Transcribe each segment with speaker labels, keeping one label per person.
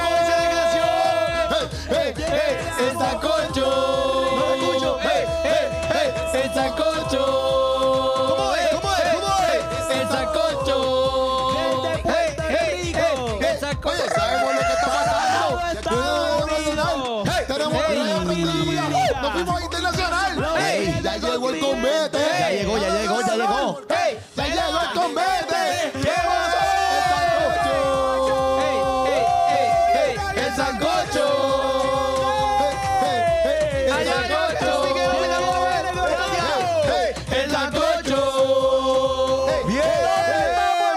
Speaker 1: Oh, el sacocho.
Speaker 2: ¿Cómo es? ¿Cómo es? ¿Cómo es?
Speaker 1: El sacocho.
Speaker 2: ¡Ey, ey, ey, ey!
Speaker 1: El sacocho.
Speaker 2: Oye, ¿sabemos lo que está pasando?
Speaker 1: Todo
Speaker 2: Ya
Speaker 1: está
Speaker 2: tenemos nacional. ¡Ey, tenemos
Speaker 1: unido. Ey,
Speaker 2: radio nacional!
Speaker 1: mira.
Speaker 2: ¡Nos fuimos internacional!
Speaker 1: No,
Speaker 2: ¡Ey,
Speaker 1: mira,
Speaker 2: ya
Speaker 1: llegó
Speaker 2: llegó el
Speaker 1: el
Speaker 2: comete!
Speaker 1: Ya
Speaker 2: ¡Ey!
Speaker 1: llegó, ya llegó, ya llegó.
Speaker 2: ¡Ey, ya llegó el comete!
Speaker 1: ¡Qué
Speaker 2: ¡Qué
Speaker 1: ¡Ey, ey, ey, ey!
Speaker 2: ¡El
Speaker 1: El
Speaker 2: sancocho!
Speaker 1: sacocho.
Speaker 2: ¡Ey, ey, ey,
Speaker 1: ¡Ay, ay, ay!
Speaker 2: el sancocho! ¡Ey, ey,
Speaker 1: El sacocho.
Speaker 2: ey! ¡Bien,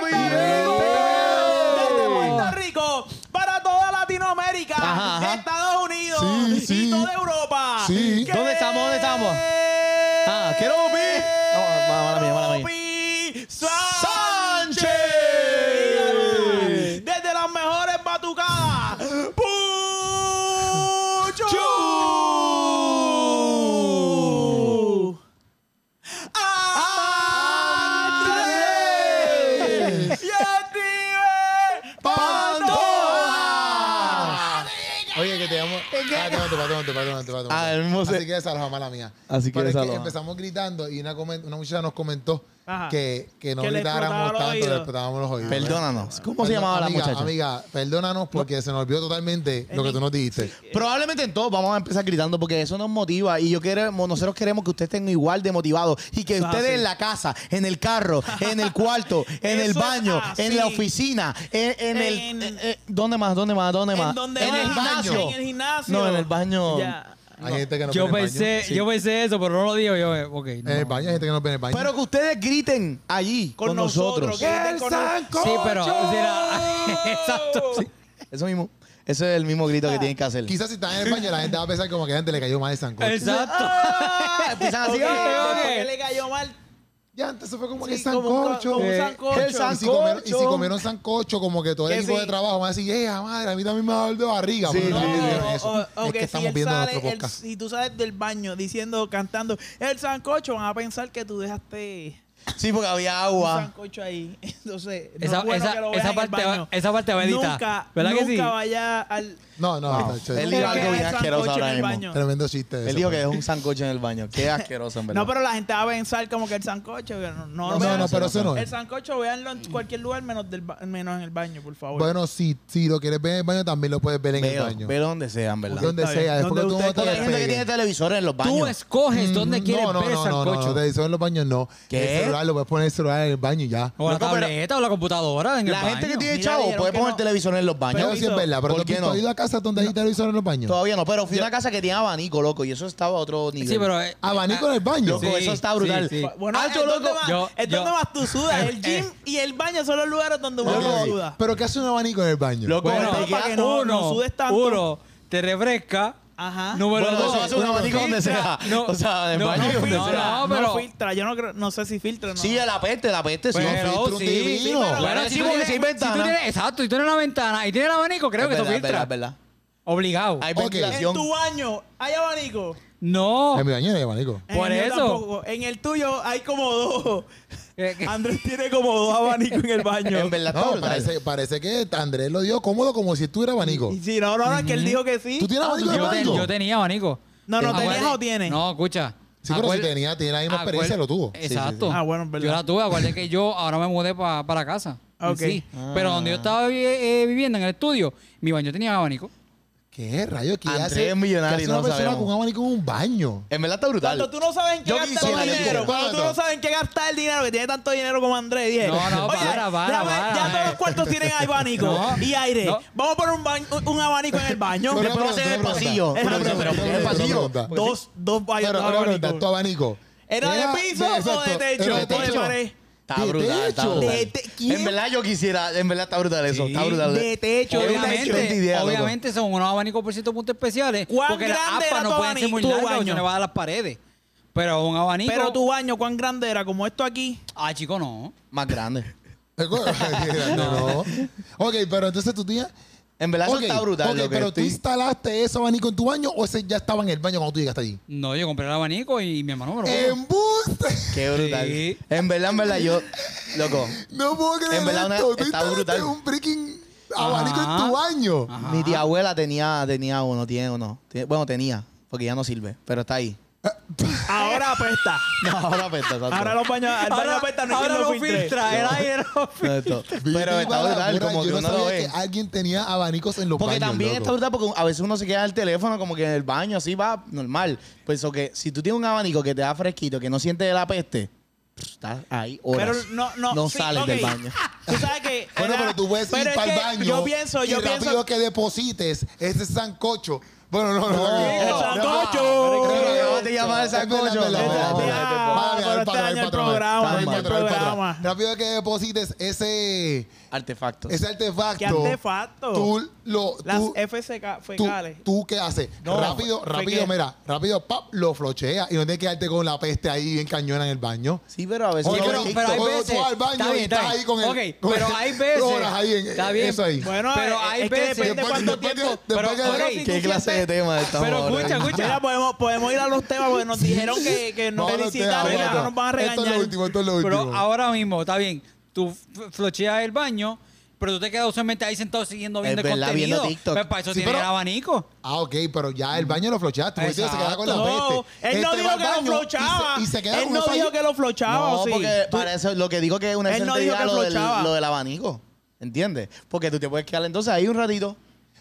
Speaker 2: muy bien!
Speaker 3: Desde Puerto Rico para toda Latinoamérica,
Speaker 1: Oh. Ajá, ajá.
Speaker 3: Estados Unidos
Speaker 2: Sí, sí.
Speaker 3: y toda Europa.
Speaker 2: Sí.
Speaker 3: ¿Qué?
Speaker 1: ¿Dónde estamos? ¿Dónde estamos? Ah, quiero ver. Ah, mala mía, mala mía.
Speaker 3: Pi- Sánchez.
Speaker 1: Sánchez.
Speaker 3: Desde las mejores batucadas. Puchu. Ah, Andrés. Y Steve Pantoja.
Speaker 2: Oye, que te Ah, llamo. Perdónate, perdónate, perdónate, perdónate.
Speaker 1: Ah, hermoso.
Speaker 2: Así que esa la mala mía.
Speaker 1: Así que
Speaker 2: Pero es
Speaker 1: esa lo-
Speaker 2: empezamos gritando y una, comen- una muchacha nos comentó
Speaker 3: Ajá.
Speaker 2: que, que no
Speaker 3: Que le
Speaker 2: gritáramos
Speaker 3: explotaba los
Speaker 2: tanto, le
Speaker 3: oídos.
Speaker 2: explotábamos los oídos.
Speaker 1: Perdónanos. ¿Cómo
Speaker 2: Perdón,
Speaker 1: se llamaba
Speaker 2: amiga,
Speaker 1: la muchacha?
Speaker 2: Amiga, perdónanos porque se nos olvidó totalmente lo que tú nos dijiste.
Speaker 1: Probablemente en todos vamos a empezar gritando porque eso nos motiva y yo queremos, nosotros queremos que ustedes estén igual de motivados y que
Speaker 3: Eso es
Speaker 1: ustedes
Speaker 3: así.
Speaker 1: en la casa, en el carro, en el cuarto, en el
Speaker 3: Eso es
Speaker 1: baño, en
Speaker 3: así.
Speaker 1: la oficina, en, en el...
Speaker 3: En-
Speaker 1: eh, eh, ¿Dónde más? ¿Dónde más? ¿Dónde más?
Speaker 3: ¿En dónde
Speaker 1: en
Speaker 3: más?
Speaker 1: el baño.
Speaker 3: En el gimnasio.
Speaker 1: No, en el baño.
Speaker 3: Ya.
Speaker 2: Hay gente que no
Speaker 4: Yo
Speaker 2: viene al
Speaker 4: pensé,
Speaker 2: baño. Sí.
Speaker 4: yo pensé eso, pero no lo digo. Yo, eh, ok. no.
Speaker 2: En el baño hay gente que no viene al baño.
Speaker 1: Pero que ustedes griten allí con,
Speaker 3: Con
Speaker 1: nosotros.
Speaker 3: nosotros, griten con nos-
Speaker 4: Sí, pero. sí, era- exacto. sí.
Speaker 1: Eso mismo. Ese es el mismo grito que tienen que hacer.
Speaker 2: Quizás si estás en el baño, la gente va a pensar como que a gente le cayó mal el sancocho.
Speaker 4: Exacto.
Speaker 1: Empiezan así.
Speaker 3: Ok,
Speaker 1: "Ah,
Speaker 3: ¿por qué le cayó mal?
Speaker 2: Ya antes eso fue como que el
Speaker 3: Sí, como un-
Speaker 2: sancocho.
Speaker 3: como un
Speaker 2: Eh,
Speaker 3: sancocho.
Speaker 2: el sancocho. Y si
Speaker 1: sancocho.
Speaker 2: comieron, y si comieron sancocho, como que todo el
Speaker 3: Que
Speaker 2: equipo
Speaker 3: sí.
Speaker 2: de trabajo va a decir, ¡eh, madre! A mí también me va a doler de barriga.
Speaker 1: Sí,
Speaker 2: Porque
Speaker 1: sí,
Speaker 2: no,
Speaker 1: sí.
Speaker 2: dijeron
Speaker 3: O-
Speaker 2: eso.
Speaker 3: o- o
Speaker 2: es que
Speaker 3: que
Speaker 2: estamos
Speaker 3: si él
Speaker 2: viendo
Speaker 3: sale,
Speaker 2: nuestro
Speaker 3: él-
Speaker 2: podcast.
Speaker 3: si tú sales del baño diciendo, cantando el sancocho, van a pensar que tú dejaste
Speaker 1: Sí, porque había
Speaker 3: un
Speaker 1: agua.
Speaker 3: sancocho ahí. Entonces, no
Speaker 4: Esa,
Speaker 3: es bueno
Speaker 4: esa-
Speaker 3: que lo veas
Speaker 4: esa
Speaker 3: en el
Speaker 4: parte
Speaker 3: baño.
Speaker 4: va, esa parte va a editar.
Speaker 3: Nunca,
Speaker 4: ¿Verdad
Speaker 3: nunca
Speaker 4: que sí?
Speaker 3: vaya al
Speaker 2: No, no,
Speaker 1: Wow.
Speaker 2: está-
Speaker 1: Ah. Él
Speaker 3: que
Speaker 1: dijo algo
Speaker 3: hay
Speaker 1: bien asqueroso
Speaker 3: sancocho en
Speaker 1: ahora
Speaker 3: el
Speaker 1: mismo.
Speaker 3: baño.
Speaker 2: Tremendo chiste. pues.
Speaker 1: Él
Speaker 2: ese,
Speaker 1: dijo
Speaker 2: man.
Speaker 1: que es un sancocho en el baño. Qué asqueroso, en verdad.
Speaker 3: No, pero la gente va a pensar como que el sancocho, pero no, no,
Speaker 2: No, no,
Speaker 3: vean-
Speaker 2: no, pero eso no
Speaker 3: El
Speaker 2: es.
Speaker 3: sancocho, véanlo en cualquier lugar menos, del ba- menos en el baño, por favor.
Speaker 2: Bueno, si, si lo quieres ver en el baño, también lo puedes ver en el
Speaker 1: Velo,
Speaker 2: baño.
Speaker 1: velo donde sea, en verdad.
Speaker 2: Donde
Speaker 3: Está bien.
Speaker 2: sea, después que
Speaker 3: Donde
Speaker 2: tú no
Speaker 3: usted-
Speaker 2: te
Speaker 3: Mm,
Speaker 1: Porque hay gente que tiene
Speaker 2: despegues.
Speaker 1: televisores en los
Speaker 4: Tú
Speaker 1: baños.
Speaker 4: escoges dónde quieres
Speaker 2: no, no,
Speaker 4: ver
Speaker 2: no, no,
Speaker 4: el
Speaker 2: no,
Speaker 4: sancocho.
Speaker 2: no, televisor en los baños no.
Speaker 1: ¿Qué?
Speaker 2: El celular, lo puedes poner el celular en el baño y ya.
Speaker 4: O la
Speaker 1: Loco, pero-
Speaker 4: tableta o la computadora. En el
Speaker 1: La gente que
Speaker 4: baño.
Speaker 1: tiene
Speaker 3: Mira,
Speaker 1: chavo
Speaker 3: dijeron
Speaker 1: puede
Speaker 3: que
Speaker 1: poner
Speaker 3: no.
Speaker 1: televisor en los
Speaker 3: Pero
Speaker 2: Eso
Speaker 1: baños.
Speaker 2: sí es
Speaker 3: hizo-
Speaker 2: verdad, pero
Speaker 1: ¿Por
Speaker 2: ¿tú
Speaker 1: qué
Speaker 2: has
Speaker 1: no?
Speaker 2: ido a casas donde hay televisor en los baños?
Speaker 1: Todavía no, pero fui a una casa que tenía abanico, loco, y eso estaba a otro nivel.
Speaker 4: Sí, pero. eh,
Speaker 2: Abanico en el baño.
Speaker 1: Loco, eso está
Speaker 4: sí,
Speaker 1: brutal.
Speaker 4: sí.
Speaker 3: Bueno,
Speaker 1: Alto,
Speaker 3: es donde
Speaker 1: loco.
Speaker 3: más,
Speaker 4: Ah, Yo-
Speaker 3: es
Speaker 4: yo-
Speaker 3: donde más tú sudas. El
Speaker 4: Eh,
Speaker 3: gym y el baño son los lugares donde más
Speaker 2: Loco,
Speaker 3: tú sudas.
Speaker 2: Pero ¿qué hace un abanico en el baño?
Speaker 1: Loco,
Speaker 4: Bueno,
Speaker 1: te
Speaker 3: para
Speaker 1: queda-
Speaker 3: que no- no
Speaker 4: uno,
Speaker 3: sudes tanto.
Speaker 4: uno, te refresca.
Speaker 3: Ajá.
Speaker 4: Número
Speaker 1: Bueno,
Speaker 4: dos.
Speaker 1: eso hace un abanico donde sea.
Speaker 4: No,
Speaker 1: O sea, en
Speaker 4: no,
Speaker 1: baño
Speaker 4: no,
Speaker 1: donde
Speaker 4: no,
Speaker 1: sea.
Speaker 4: no,
Speaker 3: no,
Speaker 4: pero-
Speaker 3: filtra, yo no creo, no sé si filtra o no.
Speaker 1: Sí, la peste, la peste, sí.
Speaker 4: Pero
Speaker 2: filtra un
Speaker 4: sí,
Speaker 2: divino.
Speaker 4: sí, pero-
Speaker 1: Claro,
Speaker 4: pero
Speaker 1: sí,
Speaker 4: si tú
Speaker 1: porque
Speaker 4: tienes-
Speaker 1: si hay
Speaker 4: si
Speaker 1: ventana.
Speaker 4: tú tienes- Exacto, si tienes una ventana y tienes el abanico, creo
Speaker 1: Es
Speaker 4: que eso
Speaker 1: verdad, es verdad,
Speaker 4: filtra.
Speaker 1: es verdad.
Speaker 4: Obligado.
Speaker 1: Hay
Speaker 2: Ok.
Speaker 3: en
Speaker 1: ventilación.
Speaker 3: tu baño hay abanico.
Speaker 4: No.
Speaker 2: En mi baño no hay abanico.
Speaker 3: En
Speaker 4: Por
Speaker 3: el mío
Speaker 4: eso.
Speaker 3: tampoco. En el tuyo hay como dos.
Speaker 4: Eh, que-
Speaker 3: Andrés tiene como dos abanicos en el
Speaker 1: En
Speaker 3: baño.
Speaker 1: verdad está
Speaker 2: No,
Speaker 1: brutal.
Speaker 2: parece, parece que Andrés lo dio cómodo como si estuviera abanico.
Speaker 3: Y si no, no, no, es que él dijo que sí. Ah,
Speaker 2: ¿Tú tienes abanico en el
Speaker 4: yo, te-
Speaker 2: baño? Ah,
Speaker 4: yo tenía abanico.
Speaker 3: No, no,
Speaker 4: Acuérdate-
Speaker 3: ¿tenías o tienes?
Speaker 4: No, escucha.
Speaker 2: Sí, pero si
Speaker 4: Acuérdate-
Speaker 2: tenía, tiene la misma experiencia,
Speaker 4: Acuer-
Speaker 2: lo tuvo. Sí, sí, sí.
Speaker 4: Exacto.
Speaker 3: Ah, bueno, es verdad.
Speaker 4: Yo la tuve, acuérdate que yo ahora me mudé pa- para casa. en
Speaker 3: Ok.
Speaker 4: Sí. Pero donde yo estaba vi- eh, viviendo, en el estudio, mi baño tenía abanico.
Speaker 2: ¿Qué rayo? ¿Qué
Speaker 1: Andrés
Speaker 2: hace,
Speaker 1: es millonario,
Speaker 2: qué hace una
Speaker 1: no
Speaker 2: persona
Speaker 1: sabemos.
Speaker 2: con un abanico en un baño?
Speaker 1: En verdad está brutal.
Speaker 3: Cuando tú no sabes en qué
Speaker 1: Yo
Speaker 3: gastar
Speaker 1: quisiera
Speaker 3: el
Speaker 1: tener
Speaker 3: dinero,
Speaker 1: un
Speaker 3: cuando tú
Speaker 2: cuarto.
Speaker 3: no sabes en qué gastar el dinero, que tiene tanto dinero como Andrés, dije.
Speaker 4: No, no, para, para,
Speaker 3: déjame-
Speaker 4: para,
Speaker 3: Ya
Speaker 4: eh.
Speaker 3: todos los cuartos tienen abanico
Speaker 4: No,
Speaker 3: y aire.
Speaker 4: no.
Speaker 3: Vamos a poner un, baño- un- un abanico en el baño.
Speaker 2: Pero
Speaker 1: Después lo hacen en el
Speaker 2: Una pregunta,
Speaker 1: pasillo.
Speaker 3: una
Speaker 1: Pero,
Speaker 3: pregunta,
Speaker 1: pero,
Speaker 3: una
Speaker 1: en el
Speaker 2: pregunta, una
Speaker 1: pasilillo.
Speaker 2: pregunta.
Speaker 4: Pues
Speaker 3: dos, dos baños,
Speaker 2: Pero,
Speaker 3: dos
Speaker 2: ahora pregunta, ¿tu
Speaker 3: abanicos.
Speaker 2: abanico?
Speaker 3: ¿Era de piso o de
Speaker 2: exacto,
Speaker 3: techo?
Speaker 2: ¿era
Speaker 3: O de pared.
Speaker 1: Está
Speaker 2: De
Speaker 1: brutal, está
Speaker 2: techo.
Speaker 1: brutal.
Speaker 3: De te- ¿quién?
Speaker 1: En verdad yo quisiera, en verdad está brutal eso,
Speaker 4: Sí,
Speaker 1: está brutal.
Speaker 3: de techo,
Speaker 1: Yo
Speaker 3: de
Speaker 1: no
Speaker 3: techo.
Speaker 1: tengo idea, loco.
Speaker 4: obviamente son unos abanicos por cierto puntos especiales.
Speaker 3: ¿Cuán
Speaker 4: Porque las
Speaker 3: grande
Speaker 4: aspas
Speaker 3: era
Speaker 4: no
Speaker 3: tu
Speaker 4: pueden ser muy
Speaker 3: abanico, tu
Speaker 4: largas,
Speaker 3: baño?
Speaker 4: no le va a dar las paredes. Pero un abanico.
Speaker 3: Pero tu baño, ¿cuán grande era? Como esto aquí.
Speaker 4: Ah, chico, no.
Speaker 1: Más grande.
Speaker 2: no. Ok, pero entonces tu tía...
Speaker 1: En verdad
Speaker 2: Ok,
Speaker 1: eso está brutal.
Speaker 2: ok,
Speaker 1: lo que
Speaker 2: pero
Speaker 1: estoy-
Speaker 2: tú instalaste ese abanico en tu baño o ese ya estaba en el baño cuando tú llegaste allí.
Speaker 4: No, yo compré el abanico y mi hermano me lo
Speaker 2: Eh,
Speaker 4: puso.
Speaker 2: ¡Embuste!
Speaker 1: Qué brutal.
Speaker 4: Sí.
Speaker 1: En verdad, en verdad yo, loco,
Speaker 2: No puedo creer
Speaker 1: En verdad, una-
Speaker 2: esto. Tú
Speaker 1: está
Speaker 2: instalaste
Speaker 1: brutal.
Speaker 2: un freaking abanico
Speaker 4: Ajá.
Speaker 2: en tu baño.
Speaker 4: Ajá.
Speaker 1: mi tía abuela tenía tenía uno, tiene uno. Tiene- bueno, tenía, porque ya no sirve, pero está ahí.
Speaker 3: Ahora apesta.
Speaker 1: No, ahora apesta, exacto.
Speaker 3: Ahora los baños, el baño apesta, no es que
Speaker 4: ahora
Speaker 3: lo
Speaker 4: lo
Speaker 3: filtre.
Speaker 4: filtra, el aire lo filtra.
Speaker 1: Exacto.
Speaker 2: Yo
Speaker 1: Pero
Speaker 2: tengo
Speaker 1: está
Speaker 2: la
Speaker 1: brutal,
Speaker 2: locura,
Speaker 1: como que
Speaker 2: yo no
Speaker 1: uno lo
Speaker 2: sabía
Speaker 1: ve.
Speaker 2: que alguien tenía abanicos en los
Speaker 1: Porque
Speaker 2: baños,
Speaker 1: también
Speaker 2: loco.
Speaker 1: está brutal porque a veces uno se queda al teléfono como que en el baño así va normal. Pues o que si tú tienes un abanico que te da fresquito, que no sientes la peste, pff, estás ahí horas.
Speaker 3: Pero no, no.
Speaker 1: No
Speaker 3: sí,
Speaker 1: sales
Speaker 3: ok.
Speaker 1: del baño.
Speaker 3: Tú sabes que.
Speaker 2: Bueno,
Speaker 3: era-
Speaker 2: pero tú puedes
Speaker 3: pero
Speaker 2: ir
Speaker 3: es
Speaker 2: para el
Speaker 3: que
Speaker 2: baño.
Speaker 3: Yo pienso, yo
Speaker 2: y rápido
Speaker 3: pienso.
Speaker 2: que deposites ese sancocho. Bueno, no, no. no,
Speaker 3: ¡El
Speaker 2: no, no,
Speaker 3: sancocho!
Speaker 1: no te llamas el sancocho.
Speaker 2: Es verdad, es verdad, es verdad.
Speaker 3: Ya,
Speaker 2: Vale, ahí
Speaker 3: pero
Speaker 2: para
Speaker 3: está
Speaker 2: atrás, ahí
Speaker 3: en
Speaker 2: para
Speaker 3: el
Speaker 2: atrás.
Speaker 3: programa,
Speaker 2: Ahí para atrás, ahí
Speaker 3: en el
Speaker 2: para atrás.
Speaker 3: programa.
Speaker 2: Rápido que deposites ese,
Speaker 1: Artefactos.
Speaker 2: ese artefacto.
Speaker 3: ¿Qué artefacto?
Speaker 2: Tú lo.
Speaker 3: Las pues,
Speaker 2: tú-
Speaker 3: FCK
Speaker 2: tú,
Speaker 3: fecales.
Speaker 2: tú qué haces?
Speaker 1: No,
Speaker 2: rápido,
Speaker 3: fue
Speaker 2: rápido,
Speaker 3: que-
Speaker 2: mira, rápido, pap, lo flochea y no tienes que quedarte con la peste ahí bien cañona en el baño.
Speaker 1: Sí, pero a veces
Speaker 2: Oye,
Speaker 1: uno
Speaker 2: pero-
Speaker 1: ve
Speaker 2: pero
Speaker 1: TikTok.
Speaker 2: hay- Oye, tú vas al baño y estás ahí con el-
Speaker 4: Ok,
Speaker 2: con
Speaker 4: pero
Speaker 2: el-
Speaker 4: hay veces.
Speaker 2: horas ahí en-
Speaker 4: está bien.
Speaker 2: eso ahí.
Speaker 3: Bueno,
Speaker 4: pero
Speaker 3: es-
Speaker 4: hay
Speaker 3: es que
Speaker 4: veces.
Speaker 3: depende
Speaker 2: Después-
Speaker 3: cuánto
Speaker 2: después que-
Speaker 3: tiempo.
Speaker 2: después
Speaker 4: Pero,
Speaker 2: que-
Speaker 4: ok,
Speaker 3: si tú
Speaker 1: ¿Qué clase de
Speaker 3: sientes-
Speaker 1: tema estamos
Speaker 4: Pero
Speaker 1: ahora?
Speaker 4: escucha, escucha.
Speaker 3: Mira, podemos, podemos ir a los temas porque nos dijeron que, que nos
Speaker 2: Vamos a los temas,
Speaker 3: felicitaron, pero
Speaker 2: vamos a
Speaker 3: nos van
Speaker 2: los
Speaker 3: a
Speaker 2: temas.
Speaker 3: regañar.
Speaker 2: Esto es lo último, esto es lo último.
Speaker 4: Pero ahora mismo, está bien. Tú f- flocheas el baño, pero tú te quedas usualmente ahí sentado siguiendo
Speaker 1: Es
Speaker 4: viendo el
Speaker 1: verdad, viendo
Speaker 4: contenido.
Speaker 1: TikTok.
Speaker 4: Pues para eso
Speaker 2: Sí,
Speaker 4: tienes
Speaker 2: pero-
Speaker 4: el abanico.
Speaker 2: Ah, ok, pero ya el baño lo flochaste. porque si no se queda con la peste.
Speaker 3: No, él no
Speaker 2: Este va
Speaker 3: dijo
Speaker 2: al
Speaker 3: que lo
Speaker 2: baño y se-
Speaker 3: flochaba.
Speaker 2: Y se queda
Speaker 3: Él
Speaker 2: con
Speaker 3: no
Speaker 2: esa-
Speaker 3: dijo que lo flochaba,
Speaker 1: no,
Speaker 3: ¿o sí?
Speaker 1: porque para eso lo que digo que es una
Speaker 3: Él no dijo
Speaker 1: excelente idea
Speaker 3: que
Speaker 1: lo del,
Speaker 3: flochaba.
Speaker 1: lo del abanico. ¿Entiendes? Porque tú te puedes quedar entonces ahí un ratito.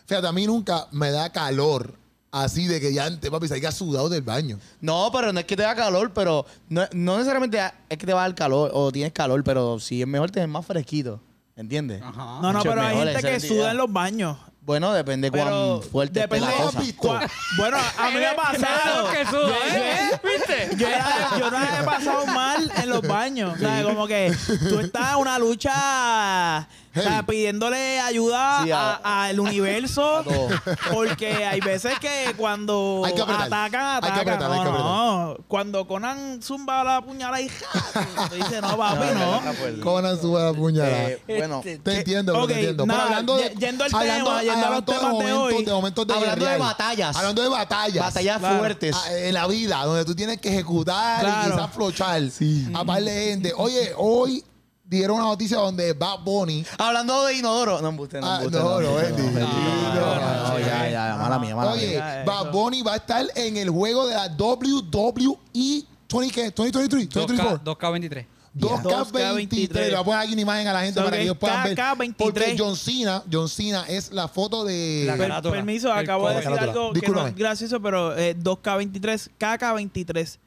Speaker 2: Fíjate, a mí nunca me da calor así de que ya antes, papi, salga sudado del baño.
Speaker 1: No, pero no es que te da calor, pero no, no necesariamente es que te va a dar calor o tienes calor, pero si es mejor tener más fresquito. ¿Entiendes?
Speaker 4: Ajá.
Speaker 3: No, no,
Speaker 1: Mucho
Speaker 3: pero hay
Speaker 1: mejor,
Speaker 3: gente que
Speaker 1: excelente
Speaker 3: suda
Speaker 1: idea.
Speaker 3: en los baños.
Speaker 1: Bueno, depende
Speaker 3: Pero
Speaker 1: cuán fuerte esté
Speaker 3: depende
Speaker 1: la
Speaker 3: de-
Speaker 1: cosa.
Speaker 2: Papi, Pito.
Speaker 3: Bueno, a a mí me ha pasado.
Speaker 4: Que suda, ¿eh? ¿Viste?
Speaker 3: Yo, era- yo no la he pasado mal en los baños. O sea, como que tú estás en una lucha o sea,
Speaker 2: Hey.
Speaker 3: pidiéndole ayuda
Speaker 1: Sí, a-
Speaker 3: al universo.
Speaker 1: a todo.
Speaker 3: porque hay veces que cuando
Speaker 2: Hay que apretar.
Speaker 3: atacan,
Speaker 2: Hay que
Speaker 3: atacan.
Speaker 2: apretar,
Speaker 3: no,
Speaker 2: hay que apretar.
Speaker 3: no. Cuando Conan zumba la puñalada y te dice, no, papi,
Speaker 1: No, no,
Speaker 3: no. Este,
Speaker 1: no está fuerte.
Speaker 2: Conan suba la puñalada.
Speaker 1: Eh, bueno,
Speaker 2: Te entiendo, bro,
Speaker 3: ok,
Speaker 2: te entiendo.
Speaker 3: nada,
Speaker 2: Pero hablando de.
Speaker 3: ye- yendo al
Speaker 2: hablando,
Speaker 3: tema, yendo a los
Speaker 2: hablando de
Speaker 3: temas de
Speaker 2: momentos,
Speaker 3: hoy.
Speaker 2: de momentos de
Speaker 1: Hablando de
Speaker 2: guerrear.
Speaker 1: batallas.
Speaker 2: Hablando de batallas.
Speaker 1: batallas
Speaker 3: Claro.
Speaker 1: fuertes.
Speaker 2: Ah, en la vida, donde tú tienes que ejecutar
Speaker 3: Claro.
Speaker 2: y quizás flochar. A par de gente. Oye, hoy dieron una noticia donde Bad Bunny.
Speaker 1: Hablando de inodoro. No, embuste, no,
Speaker 2: eh. Ah,
Speaker 1: embuste,
Speaker 2: no, no,
Speaker 1: embuste,
Speaker 2: Andy.
Speaker 1: no,
Speaker 2: No,
Speaker 1: no,
Speaker 3: no,
Speaker 1: ya, ya, mala mía, mala
Speaker 2: Oye,
Speaker 1: mía.
Speaker 3: mía.
Speaker 2: Bad Bunny va a estar en el juego de la WWE 20, ¿qué? 2023,
Speaker 4: 2K,
Speaker 2: 2024.
Speaker 4: 2K23.
Speaker 2: 2K23. Le voy a poner aquí una imagen a la gente
Speaker 3: So
Speaker 2: para
Speaker 3: que
Speaker 2: que ellos puedan ver.
Speaker 3: 2K23.
Speaker 2: Porque John Cena, John Cena es la foto de...
Speaker 4: La
Speaker 3: Per-
Speaker 4: cara. carátula.
Speaker 3: Pues, permiso,
Speaker 4: El
Speaker 3: acabo de
Speaker 4: codo.
Speaker 3: decir
Speaker 2: La carátula.
Speaker 3: algo que no
Speaker 2: Discúlpame.
Speaker 3: es gracioso, pero eh, 2K23, KK23,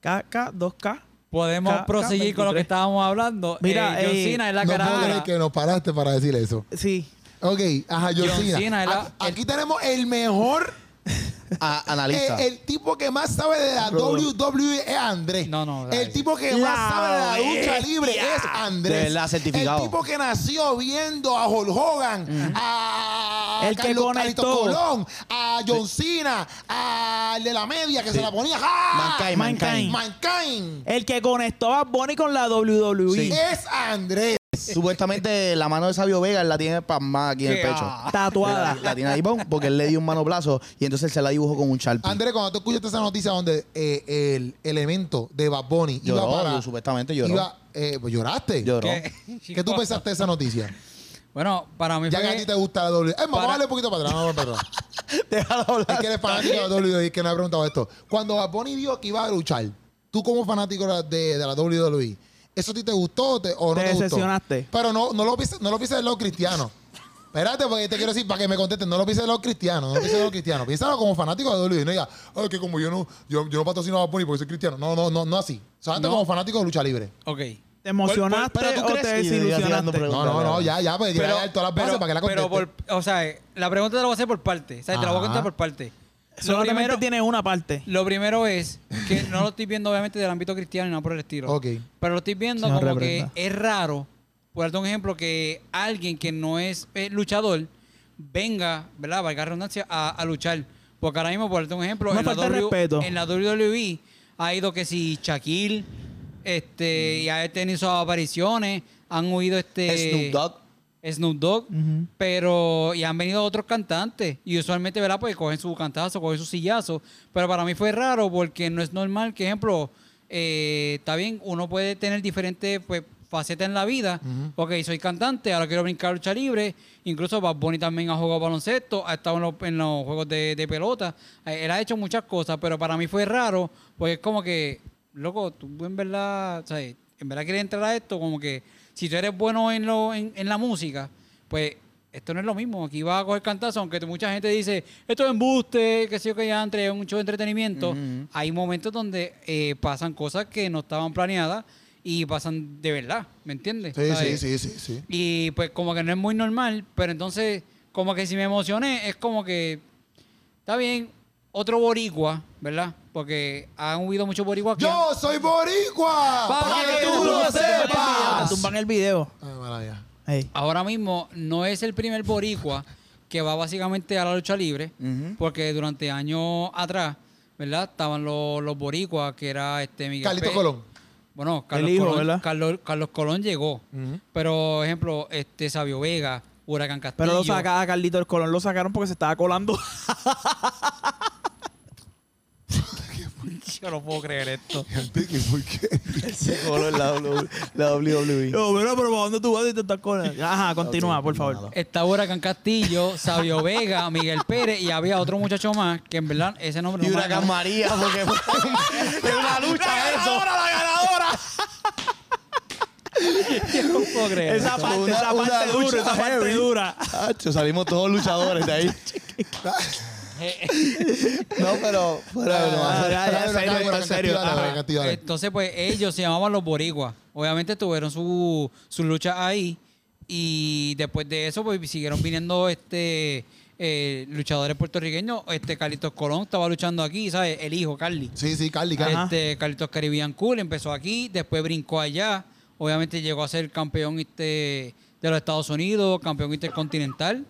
Speaker 3: KK, 2K.
Speaker 4: Podemos
Speaker 3: K-
Speaker 4: proseguir con lo que
Speaker 3: K23.
Speaker 4: estábamos hablando.
Speaker 3: Mira,
Speaker 4: Eh, John
Speaker 3: eh,
Speaker 4: Cena es la
Speaker 2: no puedo creer
Speaker 4: cara.
Speaker 2: que nos paraste para decir eso.
Speaker 3: Sí.
Speaker 2: Ok, ajá, John,
Speaker 4: John
Speaker 2: Cena.
Speaker 4: Cena es la-
Speaker 2: A- Aquí tenemos el mejor,
Speaker 1: Ah,
Speaker 2: eh,
Speaker 1: analista.
Speaker 2: el tipo que más sabe de la WWE es Andrés.
Speaker 4: No, no, dale.
Speaker 2: El tipo que
Speaker 3: La
Speaker 2: más sabe de la lucha libre
Speaker 3: bestia.
Speaker 2: es Andrés.
Speaker 1: De verdad, certificado.
Speaker 2: El tipo que nació viendo a Hulk Hogan, a
Speaker 3: El que
Speaker 2: Carlos Carlitos
Speaker 3: conectó.
Speaker 2: Colón, a John Cena, al de la media que se la ponía. ¡Ah!
Speaker 1: Mankind,
Speaker 3: Mankind.
Speaker 1: mankind.
Speaker 2: Mankind.
Speaker 3: El que conectó a Bonnie con la E, WWE.
Speaker 1: Sí.
Speaker 2: Es Andrés.
Speaker 1: Supuestamente la mano de Sabio Vega él la tiene pasmada aquí en el
Speaker 4: Qué
Speaker 1: pecho.
Speaker 4: asco.
Speaker 3: Tatuada.
Speaker 1: La, la tiene ahí, pum, porque él le dio un manoplazo y entonces él se la dibujó con un charpi.
Speaker 2: Andrés, cuando tú escuchaste esa noticia donde eh, el elemento de Bad Bunny
Speaker 1: Lloró,
Speaker 2: iba para...
Speaker 1: supuestamente lloró.
Speaker 2: iba- eh, pues, ¿Lloraste?
Speaker 1: Lloró.
Speaker 2: ¿Qué tú pensaste de esa noticia?
Speaker 4: Bueno, para mí
Speaker 2: Ya que
Speaker 4: fue...
Speaker 2: a ti te gusta la WWE. Es más, vamos a
Speaker 4: Para-
Speaker 2: darle un poquito para atrás. Vamos para atrás.
Speaker 1: Déjalo
Speaker 2: Es
Speaker 1: hablar.
Speaker 2: que eres fanático de la WWE y que no ha preguntado esto. Cuando Bad Bunny dijo que iba a luchar, tú como fanático de, de la WWE, ¿eso a ti te gustó o, te- o no
Speaker 3: Te
Speaker 2: te, gustó?
Speaker 3: decepcionaste.
Speaker 2: Pero no, no lo pienses no lo pienses de los cristianos. Espérate, porque te quiero decir, para que me contesten, no lo pienses de los cristianos, no lo pienses de los cristianos. Piénsalo como fanático de WWE. E, No digas, "Ay, que como yo no, yo, yo no patrocino a Bad Bunny porque soy cristiano. No, no, no, no así. Solamente
Speaker 4: No.
Speaker 2: como fanático de lucha libre.
Speaker 4: Ok.
Speaker 3: ¿Te emocionaste
Speaker 1: Pero tú
Speaker 3: o te
Speaker 1: crees- y yo tirando
Speaker 3: desilusionaste?
Speaker 1: preguntas.
Speaker 2: No, no, no, ya, ya, pues ya, ya, todas las bases
Speaker 4: pero-
Speaker 2: para que la
Speaker 4: pero
Speaker 2: contesten.
Speaker 4: por- o sea, la pregunta te la voy a hacer por parte. O sea, te la voy a
Speaker 2: Ajá.
Speaker 4: contar por parte. Lo
Speaker 3: Solamente
Speaker 4: primero,
Speaker 3: tiene una parte.
Speaker 4: lo primero es que no lo estoy viendo obviamente del ámbito cristiano y no por el estilo.
Speaker 2: Ok.
Speaker 4: Pero lo estoy viendo
Speaker 3: Señor,
Speaker 4: como
Speaker 3: reprenda.
Speaker 4: que es raro, por darte un ejemplo, que alguien que no es eh, luchador venga, ¿verdad? Valga la redundancia, a, a luchar. Porque ahora mismo, por darte un ejemplo,
Speaker 3: Una
Speaker 4: en, la
Speaker 3: falta de respeto.
Speaker 4: en la WWE ha ido que si Shaquille, este, y ha tenido sus apariciones, han huido este...
Speaker 1: Snoop Dogg.
Speaker 4: Snoop Dogg,
Speaker 3: Ujú.
Speaker 4: pero y han venido otros cantantes y usualmente, ¿verdad? Pues cogen su cantazo, cogen su sillazo, pero para mí fue raro porque no es normal que, ejemplo, eh, está bien, uno puede tener diferentes pues, facetas en la vida. Ok, soy cantante, ahora quiero brincar lucha libre. Incluso Bad Bunny también ha jugado baloncesto, ha estado en los, en los juegos de, de pelota. Eh, Él ha hecho muchas cosas, pero para mí fue raro, porque es como que, loco, tú en verdad, o sea, en verdad quieres entrar a esto, como que si tú eres bueno en, lo, en, en la música, pues esto no es lo mismo. Aquí vas a coger cantazo, aunque tú- mucha gente dice, esto es embuste, que sé yo, que ya entre un show de entretenimiento. Hay momentos donde eh, pasan cosas que no estaban planeadas y pasan de verdad, ¿me entiendes?
Speaker 2: Sí, sí,
Speaker 4: ¿Sabes?
Speaker 2: sí, sí, sí.
Speaker 4: Y pues como que no es muy normal, pero entonces como que si me emocioné es como que está bien otro boricua, ¿verdad? Porque han huido muchos boricuas que han-
Speaker 2: Yo soy boricua.
Speaker 4: Pa'
Speaker 2: Para
Speaker 4: que
Speaker 2: que tú
Speaker 4: tú
Speaker 2: lo
Speaker 4: lo
Speaker 3: Te
Speaker 2: sepas.
Speaker 3: Tumban el video.
Speaker 2: Ah, mala ya.
Speaker 3: Ey.
Speaker 4: ahora mismo no es el primer boricua que va básicamente a la lucha libre, porque durante años atrás, ¿verdad? Estaban los, los boricuas que era este Miguel
Speaker 2: Carlito
Speaker 4: Pe-
Speaker 2: Colón.
Speaker 4: Bueno, Carlos,
Speaker 3: hijo,
Speaker 4: Colón,
Speaker 3: ¿verdad?
Speaker 4: Carlos, Carlos Colón llegó. Pero, ejemplo, este Sabio Vega, Huracán Castillo.
Speaker 3: Pero lo saca a Carlito el Colón, lo sacaron porque se estaba colando.
Speaker 4: Yo no puedo creer esto.
Speaker 2: ¿Por qué?
Speaker 1: Se coló en la, W- la WWE.
Speaker 3: Yo, pero, pero ¿para dónde tú vas y te estás colando? Ajá, continúa, por favor.
Speaker 4: Está Huracán Castillo, Sabio Vega, Miguel Pérez y había otro muchacho más que en verdad ese nombre
Speaker 1: Y
Speaker 4: no me-
Speaker 1: Huracán María, porque fue fue una lucha eso.
Speaker 3: la ganadora!
Speaker 4: Yo no puedo creer.
Speaker 3: Esa
Speaker 1: Una-
Speaker 3: parte, esa
Speaker 1: una
Speaker 3: parte
Speaker 1: lucha
Speaker 3: dura, esa parte
Speaker 1: heavy.
Speaker 3: dura.
Speaker 1: Acho, salimos todos luchadores de ahí. no, pero fuera de broma.
Speaker 3: Ah, ya, ya, en serio, en serio. Ajá.
Speaker 4: Entonces, pues ellos se llamaban los boricuas. Obviamente tuvieron su, su lucha ahí. Y después de eso, pues siguieron viniendo este eh, luchadores puertorriqueños. Este Carlitos Colón estaba luchando aquí, ¿sabes? El hijo, Carly.
Speaker 2: Sí, sí, Carly, Carly.
Speaker 3: Ajá.
Speaker 4: Este, Carlitos Caribbean Cool empezó aquí, después brincó allá. Obviamente llegó a ser campeón este, de los Estados Unidos, campeón intercontinental.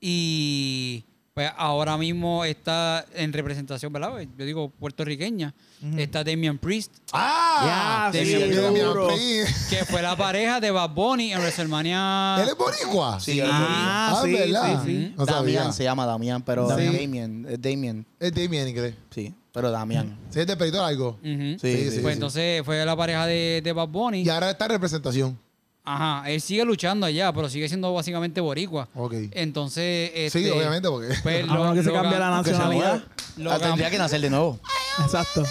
Speaker 4: Y pues ahora mismo está en representación, ¿verdad? Pues, Yo digo puertorriqueña. Está Damian Priest,
Speaker 2: ¡Ah!
Speaker 4: Ya,
Speaker 2: Sí,
Speaker 4: sí,
Speaker 2: mira, mi
Speaker 3: duro.
Speaker 2: ampli.
Speaker 4: que fue la pareja de Bad Bunny en WrestleMania.
Speaker 2: ¿Él es boricua?
Speaker 1: Sí, el
Speaker 3: Ah,
Speaker 2: Ah,
Speaker 3: sí,
Speaker 2: ¿verdad?
Speaker 3: sí, sí.
Speaker 2: No sabía.
Speaker 1: Damián se llama Damián, pero
Speaker 2: Sí.
Speaker 1: Damien, es Damien,
Speaker 2: Es Damien Inglés.
Speaker 1: sí, pero Damián.
Speaker 2: Sí, es de Perito Largo.
Speaker 4: Ujú.
Speaker 1: Sí,
Speaker 2: Sí,
Speaker 1: sí,
Speaker 2: sí,
Speaker 1: sí.
Speaker 4: pues entonces fue la pareja de, de Bad Bunny.
Speaker 2: Y ahora está en representación.
Speaker 4: Ajá, él sigue luchando allá, pero sigue siendo básicamente boricua.
Speaker 2: Ok.
Speaker 4: Entonces,
Speaker 2: Sí,
Speaker 4: este,
Speaker 2: obviamente, porque. Ah,
Speaker 4: pues,
Speaker 3: A menos que se
Speaker 4: Logan-
Speaker 3: cambie la
Speaker 1: Aunque se
Speaker 3: nacionalidad. Ah,
Speaker 1: muera,
Speaker 4: Logan-
Speaker 1: tendría que nacer de nuevo.
Speaker 3: Exacto.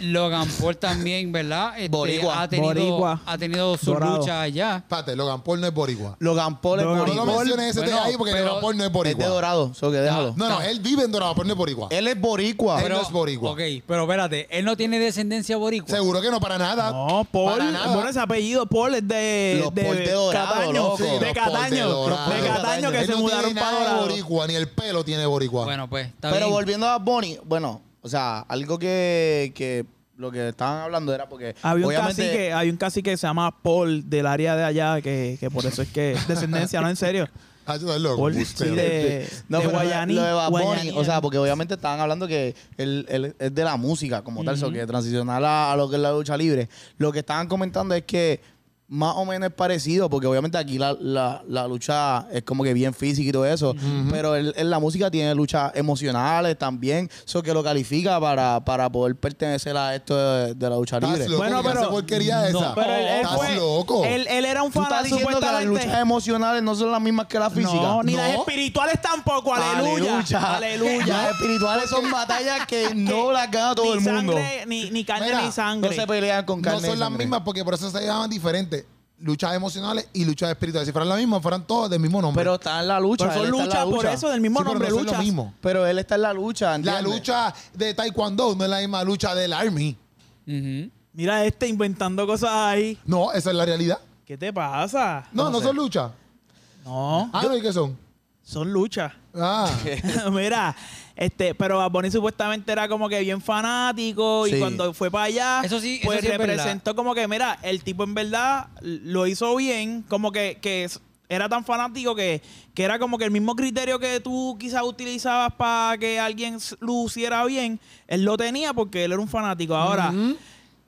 Speaker 4: Logan Paul también, ¿verdad? Este,
Speaker 1: Boricua.
Speaker 4: Ha tenido,
Speaker 3: Boricua.
Speaker 4: Ha tenido su
Speaker 3: Dorado.
Speaker 4: lucha allá.
Speaker 2: Espérate, Logan Paul no es boricua.
Speaker 1: Logan Paul es
Speaker 3: Logan
Speaker 2: No lo
Speaker 1: boricua.
Speaker 2: menciones ese
Speaker 4: Bueno,
Speaker 2: tema ahí porque
Speaker 4: pero-
Speaker 2: Logan Paul no es
Speaker 1: Es de
Speaker 2: boricua.
Speaker 1: dorado, Eh. so que déjalo.
Speaker 2: No, no, él vive en Dorado, pero no es boricua.
Speaker 1: Él es boricua.
Speaker 2: Él no es boricua.
Speaker 4: Ok, pero espérate, él no tiene descendencia boricua.
Speaker 2: Seguro que no, para nada.
Speaker 3: No, Paul.
Speaker 2: Para nada.
Speaker 3: Bueno, ese apellido Paul es de,
Speaker 1: Los Paul de Dorado,
Speaker 3: Cataño.
Speaker 1: loco.
Speaker 2: Sí,
Speaker 3: de
Speaker 2: los Paul de
Speaker 3: Cataño.
Speaker 2: Dorado.
Speaker 3: De Cataño que
Speaker 2: Él
Speaker 3: se
Speaker 2: no
Speaker 3: mudaron
Speaker 2: tiene
Speaker 3: para
Speaker 2: nada de
Speaker 3: Dorado.
Speaker 2: boricua, ni el pelo tiene boricua.
Speaker 4: Bueno, pues, está
Speaker 1: Pero
Speaker 4: bien.
Speaker 1: volviendo a Bonnie, bueno, o sea, algo que, que lo que estaban hablando era porque
Speaker 3: Había un,
Speaker 1: obviamente
Speaker 3: cacique, había un cacique que se llama Paul del área de allá, que, que por eso es que descendencia, no en serio.
Speaker 2: Ah, yo soy loco.
Speaker 3: Paul
Speaker 2: Usted,
Speaker 3: sí, de,
Speaker 1: este, no,
Speaker 3: de
Speaker 1: pero
Speaker 3: Guayaní.
Speaker 1: lo de Bad Bunny,
Speaker 3: Guayaní,
Speaker 1: o sea, porque obviamente estaban hablando que él, él es de la música como tal, so que transicionar a, a lo que es la lucha libre. Lo que estaban comentando es que más o menos es parecido, porque obviamente aquí la, la- la lucha es como que bien física y todo eso, pero él, en la música tiene luchas emocionales también, eso que lo califica para, para poder pertenecer a esto de, de la lucha
Speaker 2: Estás
Speaker 1: libre.
Speaker 2: loco,
Speaker 3: Bueno,
Speaker 2: ¿qué
Speaker 3: pero-
Speaker 2: hace porquería
Speaker 4: no,
Speaker 2: esa.
Speaker 3: pero él, él
Speaker 2: Estás
Speaker 3: fue-
Speaker 2: loco.
Speaker 3: Él, él era un
Speaker 1: Tú estás
Speaker 3: fan
Speaker 1: diciendo que las
Speaker 3: supuestamente.
Speaker 1: luchas emocionales no son las mismas que las físicas.
Speaker 3: No, ni las
Speaker 2: No.
Speaker 3: espirituales tampoco. Aleluya.
Speaker 1: Aleluya. Las espirituales son batallas que no las gana todo
Speaker 3: ni
Speaker 1: el mundo.
Speaker 3: Sangre, ni, ni carne
Speaker 2: Mira,
Speaker 3: ni
Speaker 1: No
Speaker 3: sangre.
Speaker 1: se pelean con carne.
Speaker 2: no son
Speaker 1: y
Speaker 2: las
Speaker 1: sangre.
Speaker 2: mismas porque por eso se llaman diferentes. Luchas emocionales y luchas espirituales. Si fueran las mismas, fueran todos del mismo nombre.
Speaker 1: Pero está en la lucha.
Speaker 3: Pero son
Speaker 1: él está en la
Speaker 3: luchas por
Speaker 1: lucha.
Speaker 3: eso, del mismo
Speaker 2: Sí, pero
Speaker 3: nombre,
Speaker 2: no son lo
Speaker 3: luchas.
Speaker 2: mismo.
Speaker 1: Pero él está en la lucha.
Speaker 2: la
Speaker 1: ¿entiendes?
Speaker 2: lucha de Taekwondo no es la misma lucha del Army.
Speaker 4: Ujú.
Speaker 3: Mira este inventando cosas ahí.
Speaker 2: No, esa es la realidad.
Speaker 3: ¿Qué te pasa?
Speaker 2: No, no son luchas.
Speaker 3: No,
Speaker 2: Ah, no, ¿y qué son?
Speaker 3: son luchas.
Speaker 2: Ah,
Speaker 3: Mira, este, pero Bad Bunny supuestamente era como que bien fanático
Speaker 1: Sí.
Speaker 3: y cuando fue para allá,
Speaker 4: Eso sí- eso
Speaker 3: pues
Speaker 4: sí es verdad.
Speaker 3: representó como que, mira, el tipo en verdad lo hizo bien, como que, que es- era tan fanático que, que era como que el mismo criterio que tú quizás utilizabas para que alguien s- luciera bien, él lo tenía porque él era un fanático. Ahora,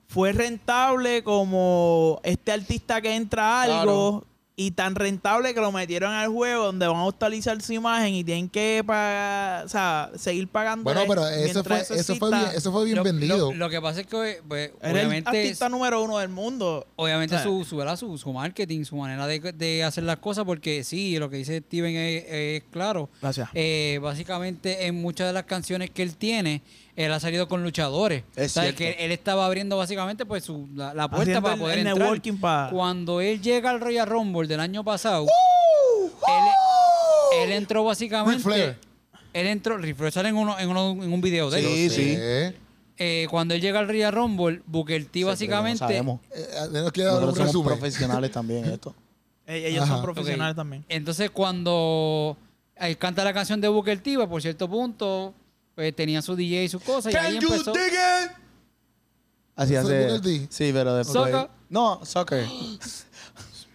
Speaker 3: fue rentable como este artista que entra a algo y tan rentable que lo metieron al juego donde van a actualizar su imagen y tienen que pagar, o sea, seguir pagando.
Speaker 2: Bueno, pero eso fue, eso, fue bien, eso fue bien
Speaker 4: Lo-
Speaker 2: vendido.
Speaker 4: Lo, lo que pasa es que, pues,
Speaker 3: Era el
Speaker 4: obviamente,
Speaker 3: artista número uno del mundo.
Speaker 4: obviamente
Speaker 3: O sea,
Speaker 4: su, su, ¿verdad? su, su marketing, su manera de, de hacer las cosas, porque sí, lo que dice Steven es, es claro.
Speaker 3: Gracias.
Speaker 4: Eh, básicamente, en muchas de las canciones que él tiene, él ha salido con luchadores.
Speaker 1: Es
Speaker 4: O sea,
Speaker 1: cierto.
Speaker 4: que él estaba abriendo básicamente pues su- la, la puerta
Speaker 3: Haciendo
Speaker 4: para
Speaker 3: el-
Speaker 4: poder
Speaker 3: el
Speaker 4: entrar.
Speaker 3: networking pa-
Speaker 4: Cuando él llega al Royal Rumble del año pasado, él, él entró
Speaker 2: Ric
Speaker 4: básicamente...
Speaker 2: Flair.
Speaker 4: Él entró, Ric Flair sale en, uno- en uno- en un video de
Speaker 1: Sí,
Speaker 4: él.
Speaker 1: sí.
Speaker 2: Eh,
Speaker 4: Eh, cuando él llega al Royal Rumble, Booker T básicamente...
Speaker 1: No sabemos.
Speaker 2: eh, nos queda dar un
Speaker 1: Nosotros somos
Speaker 2: resumen.
Speaker 1: profesionales también en esto.
Speaker 3: eh, ellos
Speaker 2: Ajá.
Speaker 3: son profesionales
Speaker 4: Ok.
Speaker 3: también.
Speaker 4: Entonces, cuando él canta la canción de Booker T, pues, por cierto punto, pues, tenía su DJ y sus cosas. Y ahí empezó.
Speaker 1: Así
Speaker 2: ¿Fue
Speaker 1: hace.
Speaker 2: Booker D?
Speaker 1: Sí, pero después.
Speaker 4: Soccer.
Speaker 1: No, soccer.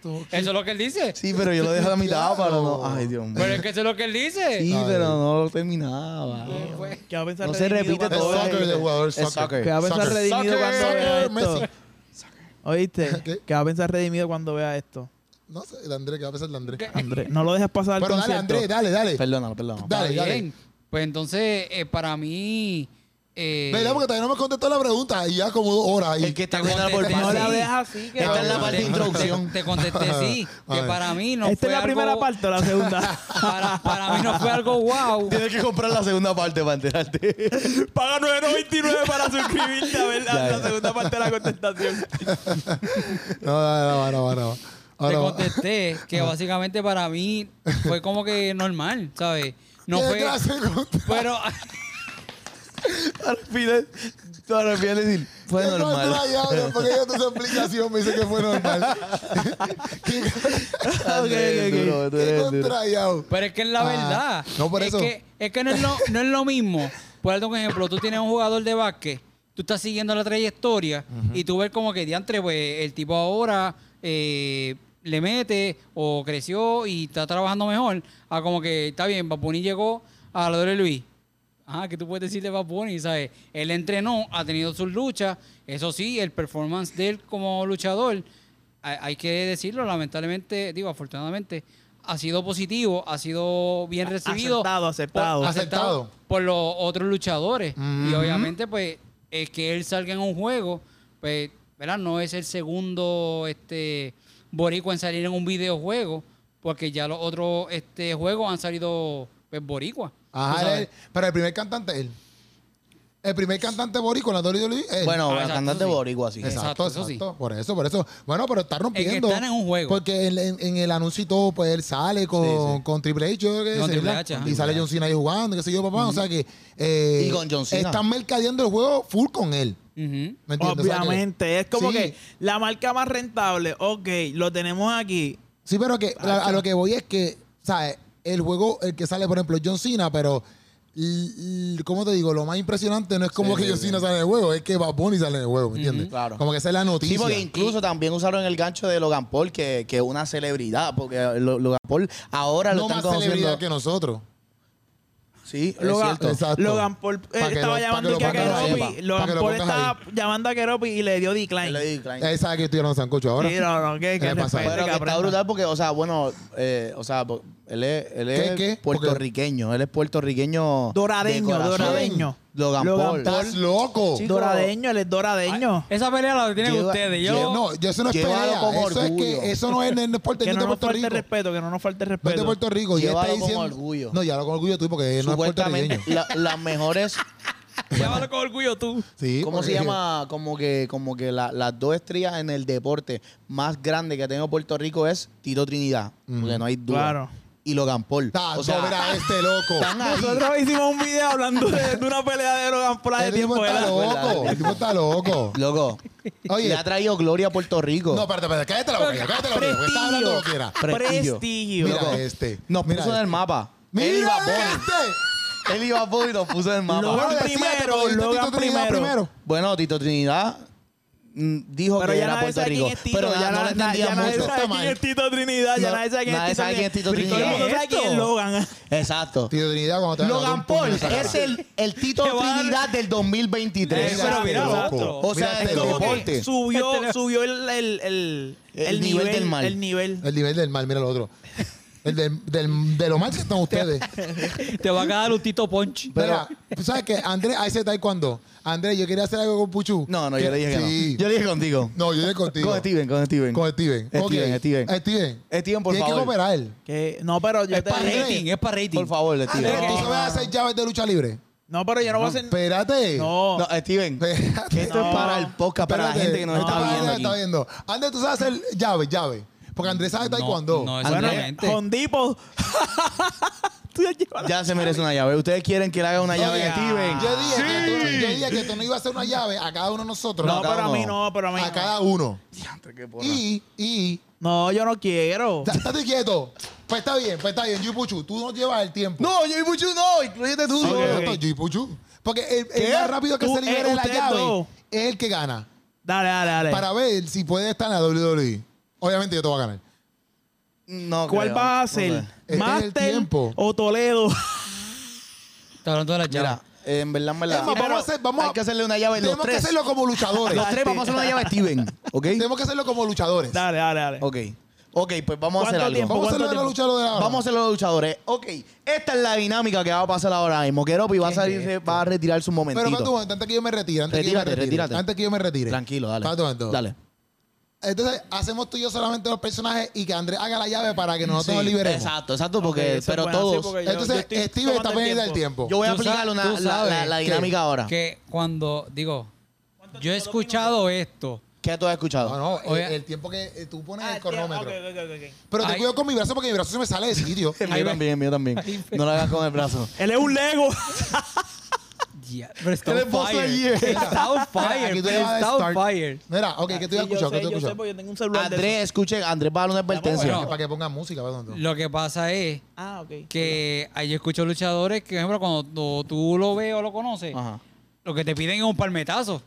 Speaker 4: Eso es lo que él dice.
Speaker 1: Sí, pero yo lo dejé a la mitad para no. Ay, Dios mío.
Speaker 4: Pero es que eso es lo que él dice.
Speaker 1: Sí,
Speaker 2: Ay.
Speaker 1: pero no lo terminaba.
Speaker 4: Eh, pues,
Speaker 3: ¿Qué va a pensar
Speaker 1: No se
Speaker 3: redimido
Speaker 1: repite
Speaker 2: Es
Speaker 3: cuando
Speaker 1: todo.
Speaker 3: vea
Speaker 2: soccer
Speaker 1: el-
Speaker 2: de jugador,
Speaker 1: es
Speaker 2: soccer.
Speaker 1: soccer.
Speaker 3: ¿Qué va a pensar
Speaker 2: Soccer.
Speaker 3: redimido cuando vea
Speaker 2: Soccer,
Speaker 3: esto?
Speaker 2: Messi.
Speaker 3: ¿Oíste?
Speaker 2: ¿Qué?
Speaker 3: ¿Qué va a pensar redimido cuando vea esto?
Speaker 2: No sé, el André, ¿qué va a pensar el André? Ah,
Speaker 3: André, no lo dejes pasar al
Speaker 2: Pero dale,
Speaker 3: concierto.
Speaker 2: André, dale, dale.
Speaker 1: Perdónalo, perdónalo.
Speaker 2: Da- dale,
Speaker 4: está
Speaker 2: dale.
Speaker 4: bien. Pues entonces, eh, para mí. eh,
Speaker 2: ¿Verdad? Porque todavía no me contestó la pregunta y ya como dos horas ahí.
Speaker 1: El que está
Speaker 4: Te
Speaker 1: contando por
Speaker 4: contesté
Speaker 3: No la
Speaker 1: parte.
Speaker 4: sí.
Speaker 3: veas así. Que
Speaker 1: Esta es la
Speaker 4: te-
Speaker 1: parte de
Speaker 4: te-
Speaker 1: introducción.
Speaker 4: Te contesté sí.
Speaker 2: A
Speaker 4: Que
Speaker 2: ver.
Speaker 4: para mí no
Speaker 3: Esta
Speaker 4: fue
Speaker 3: es la
Speaker 4: algo-
Speaker 3: primera parte o la segunda.
Speaker 4: Para, para mí no fue algo wow.
Speaker 1: Tienes que comprar la segunda parte para enterarte.
Speaker 3: Paga 9.99 para suscribirte a ver la,
Speaker 1: Ya,
Speaker 3: la
Speaker 1: ya.
Speaker 3: segunda parte de la contestación.
Speaker 2: No, no, no, no, no, no.
Speaker 4: Te
Speaker 2: Ahora va.
Speaker 4: contesté que básicamente para mí fue como que normal, ¿sabes? No
Speaker 2: ¿Qué
Speaker 4: fue.
Speaker 2: clase de con-
Speaker 4: Pero.
Speaker 1: Al final, al final decir, fue
Speaker 2: ¿Qué contra
Speaker 1: normal.
Speaker 2: diablo? Porque yo tu explicación me dice que fue normal.
Speaker 1: Andrés,
Speaker 3: Ok, ok, ok.
Speaker 1: duro, tú
Speaker 2: ¿Qué
Speaker 1: eres duro.
Speaker 2: contra diablo?
Speaker 4: Pero es que es la
Speaker 2: Ah,
Speaker 4: verdad.
Speaker 2: no, por
Speaker 4: es
Speaker 2: eso.
Speaker 4: Que, es que no es lo, no es lo mismo. Por darte un ejemplo, tú tienes un jugador de básquet, tú estás siguiendo la trayectoria y tú ves como que diantre, pues el tipo ahora eh, le mete o creció y está trabajando mejor. A como que está bien, Papuni llegó a la de Luis. Ajá, Ah, que tú puedes decirle Bad Bunny, ¿sabes? Él entrenó, ha tenido sus luchas. Eso sí, el performance de él como luchador, ha- hay que decirlo, lamentablemente, digo, afortunadamente, ha sido positivo, ha sido bien recibido. ah,
Speaker 3: Aceptado, aceptado.
Speaker 4: Por,
Speaker 2: Aceptado.
Speaker 4: aceptado por los otros luchadores. Y
Speaker 2: Ujú.
Speaker 4: obviamente, pues, es que él salga en un juego, pues, ¿verdad? No es el segundo este boricua en salir en un videojuego, porque ya los otros este juegos han salido pues, boricua. Tú
Speaker 2: Ajá,
Speaker 4: sabes.
Speaker 2: él- pero el primer cantante él. El primer cantante boricua en la WWE es él.
Speaker 1: Bueno,
Speaker 4: Ah,
Speaker 1: el
Speaker 4: exacto,
Speaker 1: cantante
Speaker 4: sí.
Speaker 1: boricua, sí.
Speaker 2: Exacto,
Speaker 4: Exacto, eso
Speaker 2: exacto.
Speaker 4: sí.
Speaker 2: Por eso, por eso. Bueno, pero está rompiendo.
Speaker 4: están en un juego.
Speaker 2: Porque en, en- en el anuncio y todo, pues él sale con,
Speaker 1: Sí, sí.
Speaker 2: con Triple H, yo creo que
Speaker 4: Con
Speaker 2: es,
Speaker 4: Triple
Speaker 2: ¿verdad?
Speaker 4: H, ajá.
Speaker 2: Y sale John Cena ahí jugando, qué sé yo, papá. O sea que. eh,
Speaker 1: Y con John Cena.
Speaker 2: Están mercadeando el juego full con él.
Speaker 4: Ujú.
Speaker 2: ¿Me entiendes? O sea que-
Speaker 3: Obviamente, es como
Speaker 2: Sí.
Speaker 3: que la marca más rentable, ok, lo tenemos aquí.
Speaker 2: Sí, pero que a, a lo que voy es que, ¿sabes? El juego, el que sale, por ejemplo, es John Cena, pero. l- l- ¿Cómo te digo? Lo más impresionante no es como
Speaker 1: Sí,
Speaker 2: que
Speaker 1: sí,
Speaker 2: John
Speaker 1: sí.
Speaker 2: Cena sale en el juego, es que Bad Bunny sale en el juego, ¿me entiendes?
Speaker 1: Claro.
Speaker 2: Como que esa es la noticia.
Speaker 1: Sí, porque incluso también usaron el gancho de Logan Paul, que que es una celebridad, porque lo- Logan Paul ahora lo
Speaker 2: no
Speaker 1: están
Speaker 2: más celebridad
Speaker 1: conociendo.
Speaker 2: que nosotros.
Speaker 1: Sí, es
Speaker 3: Logan,
Speaker 1: cierto.
Speaker 2: Exacto.
Speaker 3: Logan Paul eh,
Speaker 2: Pa' que
Speaker 3: estaba
Speaker 2: lo-
Speaker 3: llamando
Speaker 2: pa' que
Speaker 3: a
Speaker 2: lo
Speaker 1: pongas ahí,
Speaker 3: Keropi.
Speaker 1: pa-
Speaker 2: pa' que
Speaker 3: Logan
Speaker 2: lo
Speaker 3: Paul
Speaker 2: pongas
Speaker 3: estaba llamando a Keropi y le dio decline.
Speaker 1: Él le dijo, Klein.
Speaker 2: Esa que estuvieron Sancocho ahora.
Speaker 3: Sí, no, no, que,
Speaker 2: ¿Qué
Speaker 3: que
Speaker 2: le pasa?
Speaker 3: respete,
Speaker 1: Pero
Speaker 3: que
Speaker 1: que está
Speaker 3: aprenda.
Speaker 1: brutal porque, o sea, bueno, eh, o sea, po- él es, él es
Speaker 2: ¿Qué, qué?
Speaker 1: puertorriqueño, él es puertorriqueño.
Speaker 3: Doradeño,
Speaker 1: de corazón.
Speaker 3: doradeño.
Speaker 1: Logan,
Speaker 3: Logan
Speaker 1: Paul.
Speaker 3: Paul.
Speaker 2: ¡Estás loco!
Speaker 1: Sí.
Speaker 3: Doradeño, él es doradeño.
Speaker 4: Esa pelea la tienen
Speaker 1: Lleva-
Speaker 4: ustedes. Yo,
Speaker 1: lleva-
Speaker 2: No, yo eso no es
Speaker 1: Llévalo
Speaker 2: pelea.
Speaker 1: con
Speaker 2: Eso es
Speaker 1: orgullo.
Speaker 2: que eso no es en deporte,
Speaker 3: Que
Speaker 2: no
Speaker 3: no
Speaker 2: es de
Speaker 3: nos
Speaker 2: Puerto
Speaker 3: falte
Speaker 2: Rico.
Speaker 3: respeto, que no nos falte
Speaker 2: No es de
Speaker 3: respeto.
Speaker 2: Puerto Rico. Y él está
Speaker 1: Llévalo con
Speaker 2: diciendo-
Speaker 1: orgullo.
Speaker 2: No, llévalo con orgullo tú porque él no es
Speaker 1: Supuestamente,
Speaker 2: puertorriqueño.
Speaker 1: la- las mejores.
Speaker 3: Llévalo con orgullo tú.
Speaker 2: Sí,
Speaker 1: ¿Cómo
Speaker 2: porque-
Speaker 1: se llama? Como que, como que la- las dos estrellas en el deporte más grande que ha tenido Puerto Rico es Tito Trinidad. Porque no hay duda.
Speaker 3: Claro.
Speaker 1: Y Logan Paul.
Speaker 2: Tato,
Speaker 1: o sea,
Speaker 2: mira este loco.
Speaker 1: están ahí.
Speaker 3: Nosotros hicimos un video hablando de, de una pelea de Logan Paul hace
Speaker 2: El tipo
Speaker 3: tiempo.
Speaker 2: está
Speaker 3: ¿verdad?
Speaker 2: loco. El tipo está loco.
Speaker 1: Loco.
Speaker 2: Oye.
Speaker 1: Le ha traído gloria a Puerto Rico.
Speaker 2: No, espérate, espérate. Cállate la boca. Cállate la boca. porque Estás hablando lo que era.
Speaker 1: Prestigio.
Speaker 3: Prestigio.
Speaker 2: Mira
Speaker 1: Loco.
Speaker 2: este.
Speaker 1: Nos
Speaker 2: mira
Speaker 1: puso en
Speaker 2: este.
Speaker 1: el mapa. Él
Speaker 2: ¡Mira
Speaker 1: iba a Bonnie.
Speaker 2: este!
Speaker 1: Él iba a Bowie y nos puso en el mapa.
Speaker 3: Logan
Speaker 2: Bueno, decídete,
Speaker 3: primero,
Speaker 2: porque dijiste
Speaker 3: Logan
Speaker 2: Tito Trinidad
Speaker 3: primero.
Speaker 1: Bueno, Tito Trinidad mm, dijo
Speaker 3: Pero
Speaker 1: que
Speaker 3: ya
Speaker 1: era
Speaker 3: nadie
Speaker 1: Puerto
Speaker 3: sabe quién
Speaker 1: Rico.
Speaker 3: es Tito.
Speaker 1: Pero
Speaker 3: ya
Speaker 1: ya no
Speaker 3: na- na-
Speaker 1: le
Speaker 3: ya
Speaker 1: entendían
Speaker 3: nadie
Speaker 1: mucho.
Speaker 3: sabe
Speaker 2: Está
Speaker 3: quién
Speaker 2: mal.
Speaker 3: es Tito Trinidad. Ya
Speaker 1: No,
Speaker 3: nadie sabe quién
Speaker 1: nadie
Speaker 3: es Tito
Speaker 1: sabe quién es Tito
Speaker 3: Pero Todo el
Speaker 1: Trinidad.
Speaker 3: mundo sabe quién es
Speaker 1: Esto.
Speaker 3: Logan.
Speaker 1: Exacto.
Speaker 2: Tío Trinidad cuando te
Speaker 1: Logan Paul es el, el Tito
Speaker 3: Te va a dar-
Speaker 1: Trinidad del 2023.
Speaker 3: Eh, pero mira, exacto.
Speaker 1: O sea,
Speaker 2: Mira
Speaker 1: es
Speaker 2: este
Speaker 1: como
Speaker 2: loco.
Speaker 1: deporte.
Speaker 3: que subió, subió el, el, el,
Speaker 1: El nivel del mal.
Speaker 3: El nivel.
Speaker 2: El nivel del mal, mira lo otro. El del, del- de lo mal que están ustedes.
Speaker 4: Te va a quedar un Tito Punch.
Speaker 2: Pero, ¿tú sabes que Andrés, ahí se taekwondo. Andrés, yo quería hacer algo con Puchu.
Speaker 1: No, no, yo le dije que
Speaker 2: Sí.
Speaker 1: no. Yo le dije contigo.
Speaker 2: No, yo dije contigo.
Speaker 1: Con Steven, con Steven.
Speaker 2: Con Steven.
Speaker 1: Steven,
Speaker 2: Ok. Eh,
Speaker 1: Steven.
Speaker 2: Steven.
Speaker 1: Steven, por
Speaker 2: Tienes que
Speaker 1: favor.
Speaker 2: cooperar.
Speaker 3: Que, no, pero yo
Speaker 4: Es
Speaker 3: te
Speaker 4: para
Speaker 3: dije-
Speaker 4: rating, es para rating.
Speaker 1: Por favor,
Speaker 3: Ah,
Speaker 1: Steven.
Speaker 2: Andrés, ¿tú
Speaker 3: no,
Speaker 2: sabes hacer llaves de lucha libre?
Speaker 3: No, pero yo no voy a hacer.
Speaker 2: Espérate.
Speaker 3: No.
Speaker 1: No, Steven,
Speaker 2: Espérate.
Speaker 1: esto es para el podcast, para la
Speaker 2: Eh, Espérate.
Speaker 1: gente que nos
Speaker 2: No,
Speaker 1: está
Speaker 2: para la
Speaker 1: viendo
Speaker 2: gente que
Speaker 1: aquí.
Speaker 2: está viendo. Andrés, ¿tú sabes hacer llaves, llaves? Porque Andrés sabe taekwondo.
Speaker 4: No, no,
Speaker 1: Andrés,
Speaker 4: exactamente.
Speaker 3: Hondipo. Tú ya llevas la-
Speaker 1: Ya se merece una llave. Ustedes quieren que le haga una
Speaker 2: Yo
Speaker 1: llave
Speaker 2: dije-
Speaker 1: a Steven.
Speaker 2: Yo dije, que tú, yo dije que tú no ibas a hacer una llave a cada uno de nosotros.
Speaker 1: No,
Speaker 3: No, pero a mí
Speaker 1: no.
Speaker 3: no, pero a mí
Speaker 2: a
Speaker 3: no.
Speaker 2: cada uno.
Speaker 1: Diantre, qué porra.
Speaker 2: Y, y,
Speaker 3: No, yo no quiero.
Speaker 2: Ta- estate quieto. Pues está bien, pues está bien. Yupuchu, tú no llevas el tiempo.
Speaker 1: No, yo y Puchu no, incluyete tú.
Speaker 2: No,
Speaker 3: Ok, ok.
Speaker 2: no, Yupuchu. Porque el, el
Speaker 3: ¿Qué?
Speaker 2: más rápido que
Speaker 3: Tú-
Speaker 2: se libere
Speaker 3: eh,
Speaker 2: la
Speaker 3: ustedes
Speaker 2: llave
Speaker 3: dos.
Speaker 2: es el que gana.
Speaker 3: Dale, dale,
Speaker 1: Eh.
Speaker 3: dale.
Speaker 2: Para ver si puede estar en la WWE. Obviamente yo te voy a ganar.
Speaker 1: No
Speaker 3: ¿Cuál
Speaker 1: creo,
Speaker 3: vas a
Speaker 1: no sé.
Speaker 3: hacer?
Speaker 2: Este es el
Speaker 3: ¿Master
Speaker 2: tiempo.
Speaker 3: o Toledo?
Speaker 4: Está hablando de la llave.
Speaker 1: Mira, en verdad, en verdad.
Speaker 2: Es más, vamos a hacer- vamos
Speaker 1: hay
Speaker 2: a-
Speaker 1: que hacerle una llave a los
Speaker 2: Tenemos que
Speaker 1: tres.
Speaker 2: hacerlo como luchadores.
Speaker 1: Los tres vamos a hacer una llave a Steven, ¿ok?
Speaker 2: Tenemos que hacerlo como luchadores.
Speaker 3: Dale, dale, dale.
Speaker 1: Ok. Ok, pues vamos a hacer
Speaker 3: ¿Cuánto
Speaker 1: algo.
Speaker 3: tiempo?
Speaker 2: Vamos a hacerlo de la
Speaker 3: ¿Cuánto
Speaker 2: lucha lo de ahora.
Speaker 1: Vamos a hacer los luchadores. Ok, esta es la dinámica que va a pasar ahora mismo. Keropi va a
Speaker 4: ¿Qué
Speaker 1: salir,
Speaker 4: es
Speaker 1: re- va a retirar su
Speaker 2: Pero
Speaker 1: momentito.
Speaker 2: espérate un momento, antes que yo me retire. Antes
Speaker 1: Retírate,
Speaker 2: que yo me retire,
Speaker 1: retírate.
Speaker 2: Antes que yo me retire.
Speaker 1: Tranquilo, dale.
Speaker 2: Espérate un momento.
Speaker 1: Dale.
Speaker 2: Entonces, hacemos tú y yo solamente los personajes y que Andrés haga la llave para que nosotros nos liberemos.
Speaker 1: Exacto, exacto,
Speaker 3: Ok,
Speaker 1: porque
Speaker 3: eso es
Speaker 1: pero
Speaker 3: bueno,
Speaker 1: todos.
Speaker 3: sí, porque yo- yo
Speaker 2: Entonces,
Speaker 3: estoy
Speaker 2: Steve está
Speaker 3: tomando el
Speaker 2: pendiente del tiempo.
Speaker 1: Yo voy a
Speaker 4: Tú sa-
Speaker 1: aplicar una,
Speaker 4: tú
Speaker 1: la, la- la
Speaker 4: sabes
Speaker 1: dinámica ahora. ¿Qué,
Speaker 4: Que cuando, digo, yo he escuchado esto.
Speaker 1: tú has escuchado?
Speaker 2: No, no, el- el,
Speaker 4: Oye.
Speaker 2: tiempo que eh, tú pones
Speaker 3: Ah,
Speaker 2: el cronómetro.
Speaker 3: ok, ok, ok, ok.
Speaker 2: Pero te
Speaker 4: Ay.
Speaker 2: cuido con mi brazo porque mi brazo se me sale de sitio.
Speaker 1: El mío también, el mío también. No lo hagas con el brazo.
Speaker 3: Él es un Lego.
Speaker 4: Ya, pero está
Speaker 1: Él
Speaker 4: on
Speaker 1: es voz de
Speaker 4: fire.
Speaker 1: ayer.
Speaker 4: Está on
Speaker 2: Aquí
Speaker 4: fire.
Speaker 2: tú
Speaker 4: pero
Speaker 2: le vas a
Speaker 4: Está on
Speaker 2: start.
Speaker 4: fire.
Speaker 2: Mira, ok, ¿qué tú ibas a
Speaker 3: Sí, yo
Speaker 2: escuchar? ¿Qué
Speaker 3: sé,
Speaker 2: tú
Speaker 3: yo
Speaker 2: ibas a
Speaker 3: sé,
Speaker 2: escuchar?
Speaker 3: porque yo tengo un celular de
Speaker 1: Andrés, escuchen, Andrés va a dar una advertencia.
Speaker 4: bueno.
Speaker 2: Para que pongan música, perdón.
Speaker 4: Lo que pasa es
Speaker 3: esos. Ah, ok.
Speaker 4: que ahí yo escucho luchadores que, por ejemplo, cuando tú lo ves o lo conoces,
Speaker 1: Ajá.
Speaker 4: lo que te piden es un palmetazo.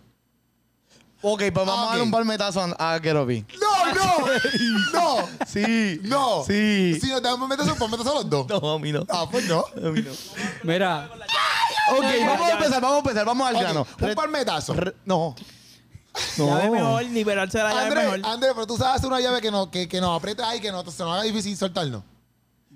Speaker 1: Ok, pues vamos
Speaker 2: Ok.
Speaker 1: a dar un palmetazo a a Keropi.
Speaker 2: ¡No, no! ¡No!
Speaker 1: Sí.
Speaker 2: ¡No!
Speaker 1: Sí.
Speaker 2: Si no te dan metas, pues metas a los dos.
Speaker 1: No, a mí no. A
Speaker 2: Ah, pues no.
Speaker 1: mí no.
Speaker 4: Mira,
Speaker 1: Ok,
Speaker 3: ya,
Speaker 1: vamos a
Speaker 3: ya.
Speaker 1: empezar, vamos a empezar, vamos al
Speaker 2: Ok,
Speaker 1: grano.
Speaker 2: Un
Speaker 1: Re-
Speaker 2: palmetazo.
Speaker 1: re- no.
Speaker 3: Llave
Speaker 1: No.
Speaker 3: mejor, liberarse de la llave
Speaker 2: Andrés,
Speaker 3: mejor.
Speaker 2: Andrés, pero tú sabes hacer una llave que, no, que, que nos apriete ahí, que no, se nos haga difícil soltarnos.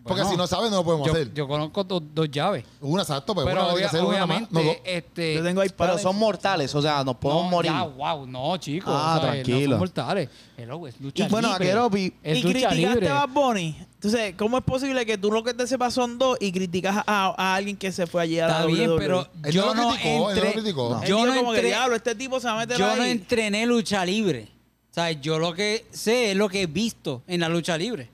Speaker 2: Porque
Speaker 4: Bueno.
Speaker 2: si no sabes, no lo podemos
Speaker 4: yo,
Speaker 2: hacer.
Speaker 4: yo conozco do- dos llaves.
Speaker 2: una, exacto, pero,
Speaker 4: Pero
Speaker 2: una tiene
Speaker 4: obvia-
Speaker 2: que ser una más.
Speaker 4: obviamente,
Speaker 2: No, dos.
Speaker 4: este.
Speaker 3: Yo tengo ahí
Speaker 1: Pero son mortales, o sea, nos podemos
Speaker 4: no,
Speaker 1: morir.
Speaker 4: ya, wow, no, chicos.
Speaker 1: Ah,
Speaker 4: o sea, eh,
Speaker 1: tranquilo.
Speaker 4: No son mortales. Hello, es lucha
Speaker 1: Y bueno,
Speaker 4: libre.
Speaker 1: Akeropi-
Speaker 4: Es
Speaker 3: y
Speaker 4: lucha
Speaker 3: criticaste
Speaker 4: libre.
Speaker 3: a Bad Bunny. Entonces, ¿cómo es posible que tú lo que te sepas son dos y criticas a, a alguien que se fue allí a la
Speaker 4: Está bien,
Speaker 3: WWE?
Speaker 4: pero
Speaker 2: Él
Speaker 4: yo
Speaker 2: no lo
Speaker 4: no
Speaker 2: criticó, él no lo
Speaker 4: entré.
Speaker 2: criticó.
Speaker 1: No.
Speaker 3: Él
Speaker 4: Yo
Speaker 3: dijo
Speaker 4: no
Speaker 3: como que,
Speaker 4: entré.
Speaker 3: diablo, este tipo se va a meter
Speaker 4: Yo
Speaker 3: ahí.
Speaker 4: no entrené lucha libre. O sea, yo lo que sé es lo que he visto en la lucha libre.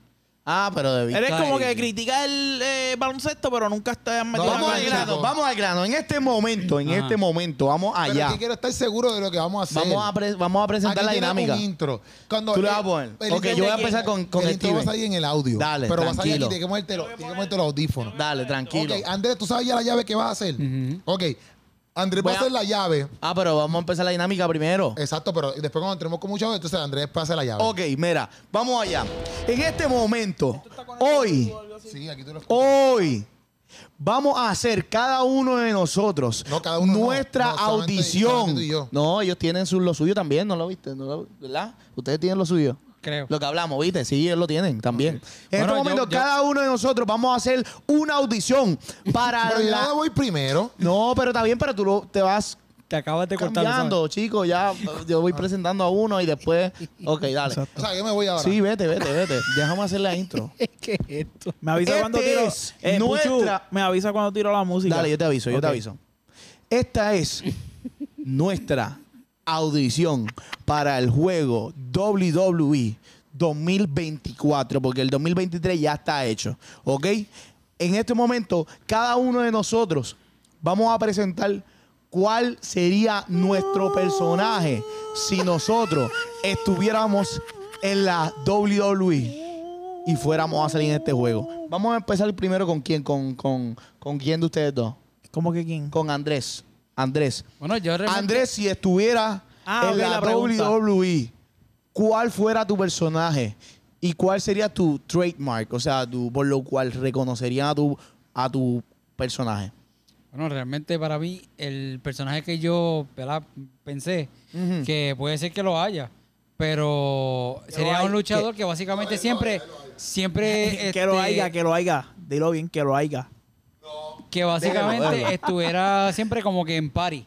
Speaker 1: Ah, pero de vista.
Speaker 3: Eres como que
Speaker 4: ahí.
Speaker 3: critica el eh, baloncesto, pero nunca estás metido en la
Speaker 1: Vamos al
Speaker 3: cancha.
Speaker 1: grano, vamos al grano. En este momento, en
Speaker 4: Ajá.
Speaker 1: este momento, vamos
Speaker 2: Pero
Speaker 1: allá.
Speaker 2: aquí quiero estar seguro de lo que vamos a hacer.
Speaker 1: Vamos a, pre- vamos a presentar
Speaker 2: Aquí
Speaker 1: la
Speaker 2: tiene
Speaker 1: dinámica.
Speaker 2: un intro. Cuando
Speaker 1: Tú le
Speaker 2: el-
Speaker 1: vas a poner.
Speaker 2: el
Speaker 1: Ok,
Speaker 2: intro
Speaker 1: yo voy
Speaker 2: de
Speaker 1: a
Speaker 2: quién-
Speaker 1: empezar con, con
Speaker 2: el intro va a
Speaker 1: Steven.
Speaker 2: salir en el audio.
Speaker 1: Dale,
Speaker 2: pero va a salir
Speaker 1: tranquilo.
Speaker 2: aquí, tiene que ponértelo, tiene que ponértelo los audífonos.
Speaker 1: Dale, tranquilo.
Speaker 2: Ok, ah. Andrés, ¿tú sabes ya la llave que vas a hacer? Ok, Andrés va a
Speaker 1: Voy a-
Speaker 2: hacer la llave.
Speaker 1: Ah, pero vamos a empezar la dinámica primero.
Speaker 2: Exacto, pero después cuando entremos con mucha llave, entonces Andrés va Eh, a hacer la llave.
Speaker 1: Ok, mira, vamos allá. En este momento, hoy,
Speaker 2: Sí, aquí tú lo escuchas.
Speaker 1: hoy, vamos a hacer cada uno de nosotros
Speaker 2: No, cada uno no.
Speaker 1: nuestra
Speaker 2: No, solamente-
Speaker 1: audición.
Speaker 2: solamente tú y yo.
Speaker 1: No, ellos tienen su- lo suyo también, ¿no lo viste? ¿No lo- ¿Verdad? Ustedes tienen lo suyo.
Speaker 4: Creo.
Speaker 1: Lo que hablamos, ¿viste? Sí, ellos lo tienen también. En
Speaker 4: Bueno,
Speaker 1: este momento,
Speaker 4: yo- yo-
Speaker 1: cada uno de nosotros vamos a hacer una audición para
Speaker 2: Pero yo
Speaker 1: la...
Speaker 2: la voy primero.
Speaker 1: No, pero está bien, pero tú lo- te vas
Speaker 4: Te acabas de cortar. ¿sabes?
Speaker 1: cambiando, chico. Ya yo
Speaker 2: Ah.
Speaker 1: voy presentando a uno y después. Ok, dale.
Speaker 2: O sea, yo me voy ahora.
Speaker 1: Sí, vete, vete, vete. Déjame hacer la intro.
Speaker 4: ¿Qué es esto?
Speaker 3: Me avisa
Speaker 1: Este
Speaker 3: cuando tiro.
Speaker 1: es
Speaker 3: Eh, Puchu,
Speaker 1: nuestra-
Speaker 3: me avisa cuando tiro la música.
Speaker 1: Dale, yo te aviso, yo te
Speaker 3: Ok.
Speaker 1: aviso. Esta es nuestra audición para el juego E WWE 2024, porque el 2023 ya está hecho, ¿ok? En este momento, cada uno de nosotros vamos a presentar cuál sería nuestro personaje si nosotros estuviéramos en la WWE y fuéramos a salir en este juego. Vamos a empezar primero con quién, con, con, con quién de ustedes dos,
Speaker 3: ¿Cómo que quién?
Speaker 1: con Andrés. Andrés.
Speaker 4: Bueno, yo realmente-
Speaker 1: Andrés, si estuviera
Speaker 3: Ah,
Speaker 1: en
Speaker 3: ok,
Speaker 1: la,
Speaker 3: la pregunta.
Speaker 1: WWE, ¿cuál fuera tu personaje y cuál sería tu trademark? O sea, tu, por lo cual reconocerían a tu, a tu personaje.
Speaker 4: Bueno, realmente para mí, el personaje que yo ¿verdad? pensé,
Speaker 1: Ujú.
Speaker 4: que puede ser que lo haya, pero sería
Speaker 1: hay-
Speaker 4: un luchador que, básicamente siempre, siempre,
Speaker 3: Eh, que lo
Speaker 4: este,
Speaker 3: haya, que lo haya. Dilo bien, que lo haya.
Speaker 4: que básicamente
Speaker 1: Déjalo, déjalo.
Speaker 4: estuviera siempre como que en party.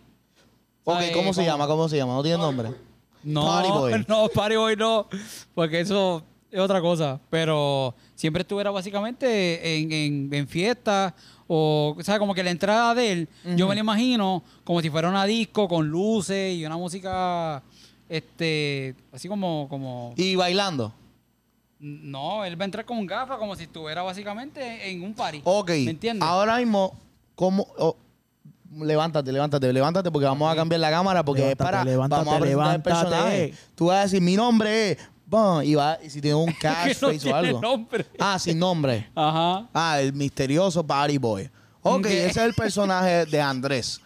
Speaker 1: Ok,
Speaker 4: ¿Sabes?
Speaker 1: ¿cómo se
Speaker 4: Como-
Speaker 1: llama? ¿Cómo se llama? ¿No tiene nombre?
Speaker 4: No,
Speaker 1: Party boy.
Speaker 4: no, party boy no, porque eso es otra cosa. Pero siempre estuviera básicamente en, en, en fiestas o, o sea, como que la entrada de él, yo me lo imagino como si fuera una disco con luces y una música, este, así como, como,
Speaker 1: Y bailando.
Speaker 4: no, él va a entrar con gafas como si estuviera básicamente en un party.
Speaker 1: Ok.
Speaker 4: ¿Me entiendes?
Speaker 1: Ahora mismo, ¿cómo? oh, levántate, levántate, levántate, porque vamos a cambiar la cámara, porque
Speaker 3: Levántate,
Speaker 1: es para.
Speaker 3: levántate,
Speaker 1: vamos a presentar el
Speaker 3: levántate.
Speaker 1: personaje. Tú vas a decir, mi nombre es. Bum, y, va, y si tiene un
Speaker 4: Que no
Speaker 1: catchphrase o
Speaker 4: tiene
Speaker 1: algo.
Speaker 4: nombre.
Speaker 1: Ah, sin nombre.
Speaker 4: Ajá.
Speaker 1: Ah, el misterioso Party Boy. Ok,
Speaker 4: Ok.
Speaker 1: ese es el personaje de Andrés.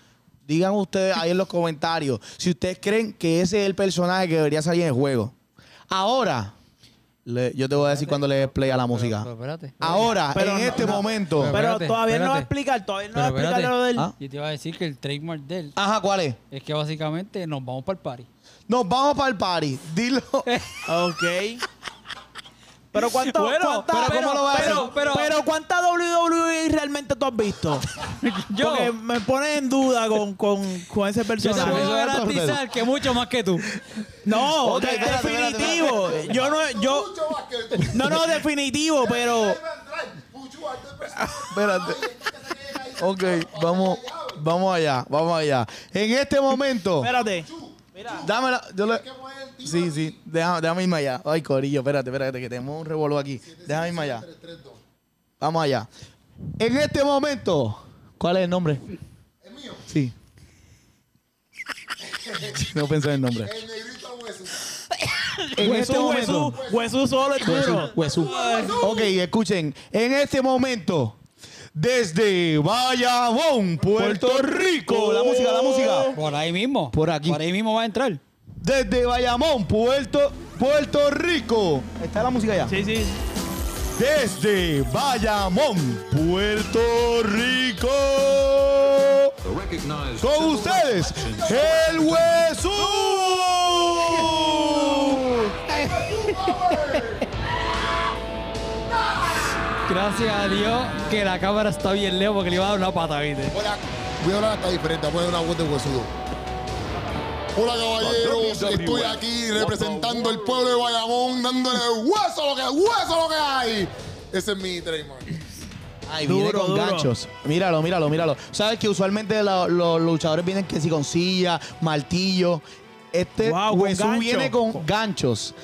Speaker 1: Digan ustedes ahí en los comentarios si ustedes creen que ese es el personaje que debería salir en el juego. Ahora, le- yo te voy a decir cuando le des play a la música.
Speaker 4: Pero, pero espérate.
Speaker 1: Ahora,
Speaker 3: Pero
Speaker 1: en
Speaker 3: no,
Speaker 1: este
Speaker 3: no.
Speaker 1: momento.
Speaker 3: Pero
Speaker 4: espérate,
Speaker 3: todavía no va a
Speaker 4: espérate.
Speaker 3: explicar, todavía no va a
Speaker 4: Pero
Speaker 3: explicar
Speaker 4: espérate.
Speaker 3: lo del.
Speaker 1: Ah.
Speaker 4: Yo te iba a decir que el trademark de él
Speaker 1: Ajá, ¿cuál es?
Speaker 4: es que básicamente nos vamos para el party.
Speaker 1: Nos vamos para el party. Dilo. Ah.
Speaker 3: Ok. Pero cuánto,
Speaker 4: Bueno,
Speaker 3: cuánta-
Speaker 1: pero ¿cómo lo vas a
Speaker 3: pero,
Speaker 1: hacer?
Speaker 3: pero, pero cuánta WWE realmente tú has visto?
Speaker 4: Yo-
Speaker 3: Porque me pones en duda con, con, con ese
Speaker 4: Yo te
Speaker 1: Eso
Speaker 4: puedo
Speaker 1: es
Speaker 3: personaje.
Speaker 1: otro
Speaker 4: garantizar que mucho más que tú.
Speaker 3: No,
Speaker 1: Ok,
Speaker 3: de-
Speaker 1: espérate, espérate,
Speaker 3: definitivo. Yo no, yo,
Speaker 2: Mucho más que tú.
Speaker 3: no, no, definitivo, pero.
Speaker 2: pues,
Speaker 1: Espérate. Ok, vamos, vamos allá, vamos allá. En este momento.
Speaker 3: Espérate. Mira.
Speaker 1: Dame la. Yo le- sí, sí. Déjame, déjame irme allá. Ay, Corillo, espérate, espérate, que tenemos un revolú aquí. Déjame irme allá. Vamos allá. En este momento. ¿Cuál es el nombre?
Speaker 2: ¿Es mío?
Speaker 1: Sí. No pensé en el nombre.
Speaker 2: El negrito hueso.
Speaker 1: En este
Speaker 3: Huesú,
Speaker 1: momento.
Speaker 3: huesú, huesú solo es duro.
Speaker 1: Huesú. Ok, escuchen. En este momento, desde Bayamón, Puerto, Rico. La música, la música.
Speaker 4: Por ahí mismo.
Speaker 1: Por aquí.
Speaker 4: Por ahí mismo va a entrar.
Speaker 1: Desde Bayamón, Puerto, Puerto Rico. Está la música ya.
Speaker 3: Sí, sí.
Speaker 1: Desde Bayamón, Puerto Rico. Con ustedes, el hueso.
Speaker 4: Gracias a Dios que la cámara está bien lejos porque le iba a dar una pata, ¿viste?
Speaker 2: Hola. Voy a hablar hasta diferente, voy a poner una voz de huesudo. Hola caballeros, estoy aquí representando el pueblo de Bayamón, dándole hueso lo que hueso lo que hay. Ese es mi trademark.
Speaker 1: Ay,
Speaker 3: Duro,
Speaker 1: viene con
Speaker 3: duro.
Speaker 1: ganchos. Míralo, míralo, míralo. Sabes que usualmente lo- lo- los luchadores vienen que si con silla, martillo. Este
Speaker 3: Wow, con
Speaker 1: Huesú
Speaker 3: gancho.
Speaker 1: viene con ganchos.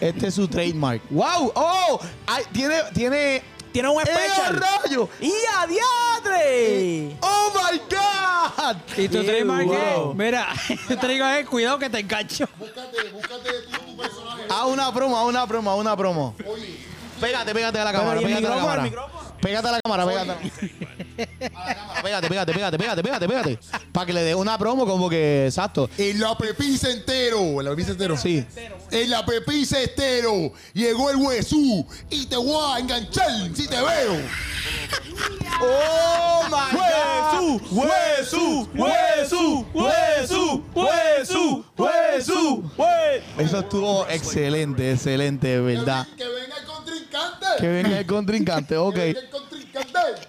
Speaker 1: Este es su trademark. ¡Wow! ¡Oh! Ay, tiene, tiene.
Speaker 3: Tiene un
Speaker 1: ¡Eh,
Speaker 3: special.
Speaker 1: rayo!
Speaker 3: ¡Y a diadre!
Speaker 1: ¡Oh my God!
Speaker 4: Y tu
Speaker 3: Sí,
Speaker 4: trademark
Speaker 3: wow.
Speaker 4: es, mira, tu trademark es, cuidado que te engancho.
Speaker 2: Búscate, búscate tú tu personaje.
Speaker 1: A una promo, a una promo, a una promo.
Speaker 2: Oye,
Speaker 1: Pégate, pégate a la cámara,
Speaker 3: ¿y el
Speaker 1: pégate a la
Speaker 3: micrófono,
Speaker 1: cámara.
Speaker 3: el micrófono?
Speaker 1: Pégate a la cámara, pégate. Pégate, pégate, pégate, pégate, pégate, pégate. Para que le dé una promo como que exacto.
Speaker 2: en la pepiza entero, en la pepiza entero.
Speaker 1: Sí.
Speaker 2: En la pepiza estero llegó el huesú y te voy a enganchar si te veo.
Speaker 1: ¡Oh, my God!
Speaker 3: ¡Huesu! ¡Huesu! ¡Huesu! ¡Huesu! ¡Huesu!
Speaker 1: Eso estuvo excelente, excelente, de verdad.
Speaker 2: Que venga el contrincante.
Speaker 1: Que venga el contrincante, ok.
Speaker 2: Que venga el contrincante.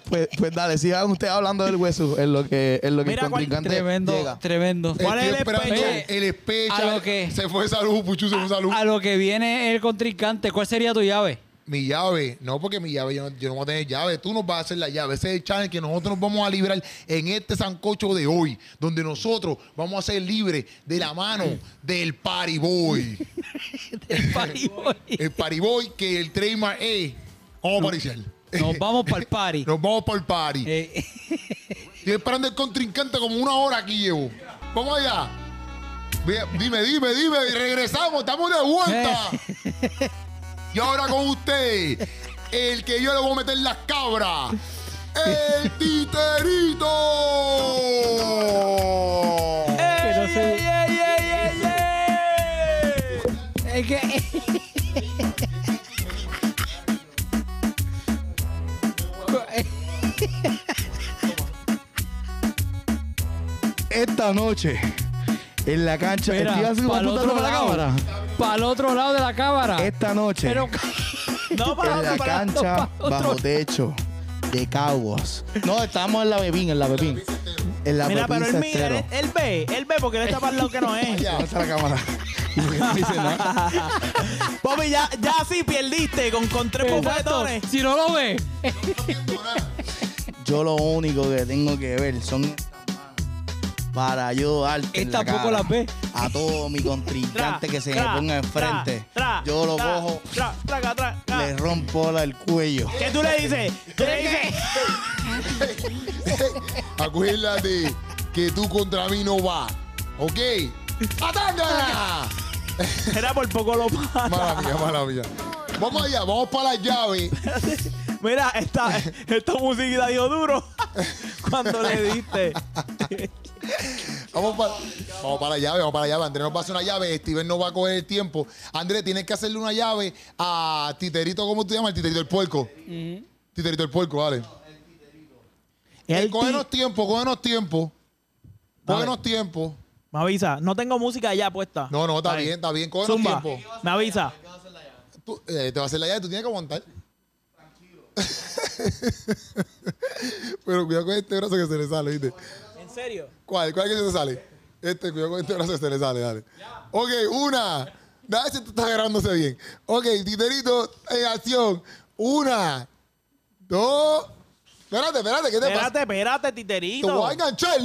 Speaker 1: Pues, pues dale, sigan ustedes hablando del hueso en lo que, en lo que
Speaker 3: Mira
Speaker 1: el
Speaker 3: cuál-
Speaker 1: contrincante
Speaker 4: Tremendo,
Speaker 1: llega.
Speaker 4: tremendo.
Speaker 2: Eh,
Speaker 3: ¿Cuál es el
Speaker 2: Estoy esperando
Speaker 4: especha?
Speaker 2: El especha.
Speaker 4: ¿A lo que?
Speaker 2: Se fue salud, Puchu, se fue salud.
Speaker 4: A lo que viene el contrincante, ¿cuál sería tu llave?
Speaker 2: Mi llave, no, porque mi llave, yo no, yo no voy a tener llave. Tú nos vas a hacer la llave. Ese es el challenge que nosotros nos vamos a librar en este sancocho de hoy, donde nosotros vamos a ser libres de la mano del party boy.
Speaker 4: El party boy.
Speaker 2: El party boy que el trademark es. Vamos a pariciar.
Speaker 4: Nos vamos para el party.
Speaker 2: Nos vamos por el party.
Speaker 4: Eh,
Speaker 2: Estoy esperando el contrincante como una hora aquí llevo. Vamos allá. Ve- Dime, dime, dime. y Regresamos, estamos de vuelta. Y ahora con usted, el que yo le voy a meter las cabras. El titerito.
Speaker 4: que no se-
Speaker 3: ey, ey, ey,
Speaker 4: es que.
Speaker 1: Esta noche, en la cancha.
Speaker 4: Mira,
Speaker 1: Estoy así como
Speaker 4: para el
Speaker 1: apuntando
Speaker 4: otro
Speaker 1: para la
Speaker 4: lado.
Speaker 1: cámara.
Speaker 4: Para el otro lado de la cámara.
Speaker 1: Esta noche.
Speaker 4: Pero.
Speaker 3: No, para
Speaker 1: en la
Speaker 3: Ah. otro, para otro,
Speaker 1: cancha
Speaker 3: para otro.
Speaker 1: bajo techo de Caguas. No, estamos en la Bebín, en la Bebín. En la
Speaker 3: Mira,
Speaker 1: Bebín
Speaker 3: pero eh. él mira,
Speaker 1: Cestero.
Speaker 3: él, él ve, él ve porque él está para lo que no es.
Speaker 1: Ya, está la cámara. Y porque no dice nada.
Speaker 3: Papi, ya, ya sí pierdiste con, con
Speaker 1: Este
Speaker 3: tres
Speaker 4: Exacto.
Speaker 3: bofetones.
Speaker 4: Si no lo ves.
Speaker 1: Yo lo único que tengo que ver son estas manos para yo darte en
Speaker 4: Él tampoco
Speaker 1: cara
Speaker 4: las ve.
Speaker 1: a todo mi
Speaker 3: Tra,
Speaker 1: contrincante que se me
Speaker 3: tra,
Speaker 1: ponga
Speaker 3: tra,
Speaker 1: enfrente.
Speaker 3: tra,
Speaker 1: Yo lo
Speaker 3: tra,
Speaker 1: cojo,
Speaker 3: tra, traca, tra, tra.
Speaker 1: le rompo la- el cuello.
Speaker 3: ¿Qué tú le dices? Tú le dices,
Speaker 2: Acuérdate que tú contra mí no vas. ¿Ok? ¡Atanga!
Speaker 3: era por poco lo pa-
Speaker 2: Mala mía, mala mía. Vamos allá, vamos para la llave.
Speaker 3: Mira, esta, esta musiquita dio duro cuando le
Speaker 2: Eh,
Speaker 3: diste.
Speaker 2: Vamos para, vamos para la llave, vamos para la llave. Andrés nos va a hacer una llave, Steven no va a coger el tiempo. Andrés, tienes que hacerle una llave a Titerito, ¿cómo tú llamas? El Titerito el Puerco. Titerito el Puerco, vale. Eh,
Speaker 3: El
Speaker 2: cógenos tiempo, cógenos tiempo.
Speaker 3: Dale.
Speaker 2: Cógenos tiempo.
Speaker 3: Me avisa, no tengo música ya puesta.
Speaker 2: No, no, está
Speaker 3: Dale.
Speaker 2: bien, está bien. Cógenos
Speaker 3: Zumba,
Speaker 2: tiempo.
Speaker 3: me avisa.
Speaker 2: Tú, eh, te va a hacer la llave, tú tienes que aguantar. Tranquilo. Pero cuidado con este brazo que se le sale, ¿viste?
Speaker 3: ¿En serio?
Speaker 2: ¿Cuál? ¿Cuál es que se te sale? Este, cuidado con este brazo que se le sale, dale. Ok, una. Dale si tú estás agarrándose bien. Ok, titerito, en acción. Una, dos. Espérate, espérate, ¿qué te pasa?
Speaker 3: Espérate, espérate,
Speaker 2: Te voy
Speaker 3: titerito.
Speaker 2: a enganchar.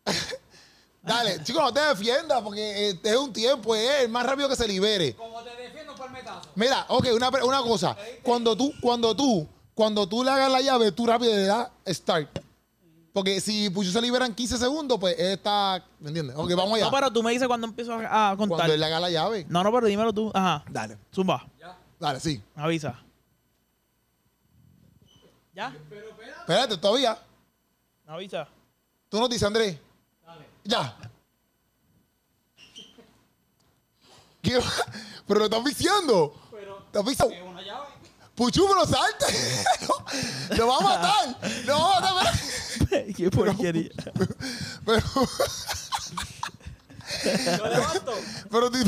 Speaker 2: Dale, chicos, no te defiendas porque eh, es un tiempo, es el más rápido que se libere.
Speaker 4: Como te defiendo, palmetazo.
Speaker 2: Mira, ok, una, pre- una cosa. Cuando tú, cuando tú, cuando tú le hagas la llave, tú rápido le das start. Porque si Puchu se libera en 15 segundos, pues él está. ¿Me entiendes? Ok, vamos allá.
Speaker 3: No, pero tú me dices cuando empiezo a a contar.
Speaker 2: cuando él le haga la llave.
Speaker 3: No, no, pero dímelo tú. Ajá.
Speaker 2: Dale.
Speaker 3: Zumba,
Speaker 2: Dale, sí.
Speaker 3: me avisa. ¿Ya?
Speaker 2: Espérate, todavía.
Speaker 3: Me avisa.
Speaker 2: Tú nos dices, Andrés. Ya. ¿Qué va? Pero lo estás viciando. ¿Estás viciando? Puchu, pero salte. lo va a matar. Lo va a matar. espérate.
Speaker 3: Qué porquería.
Speaker 2: Pero,
Speaker 3: Lo levanto.
Speaker 2: pero tú-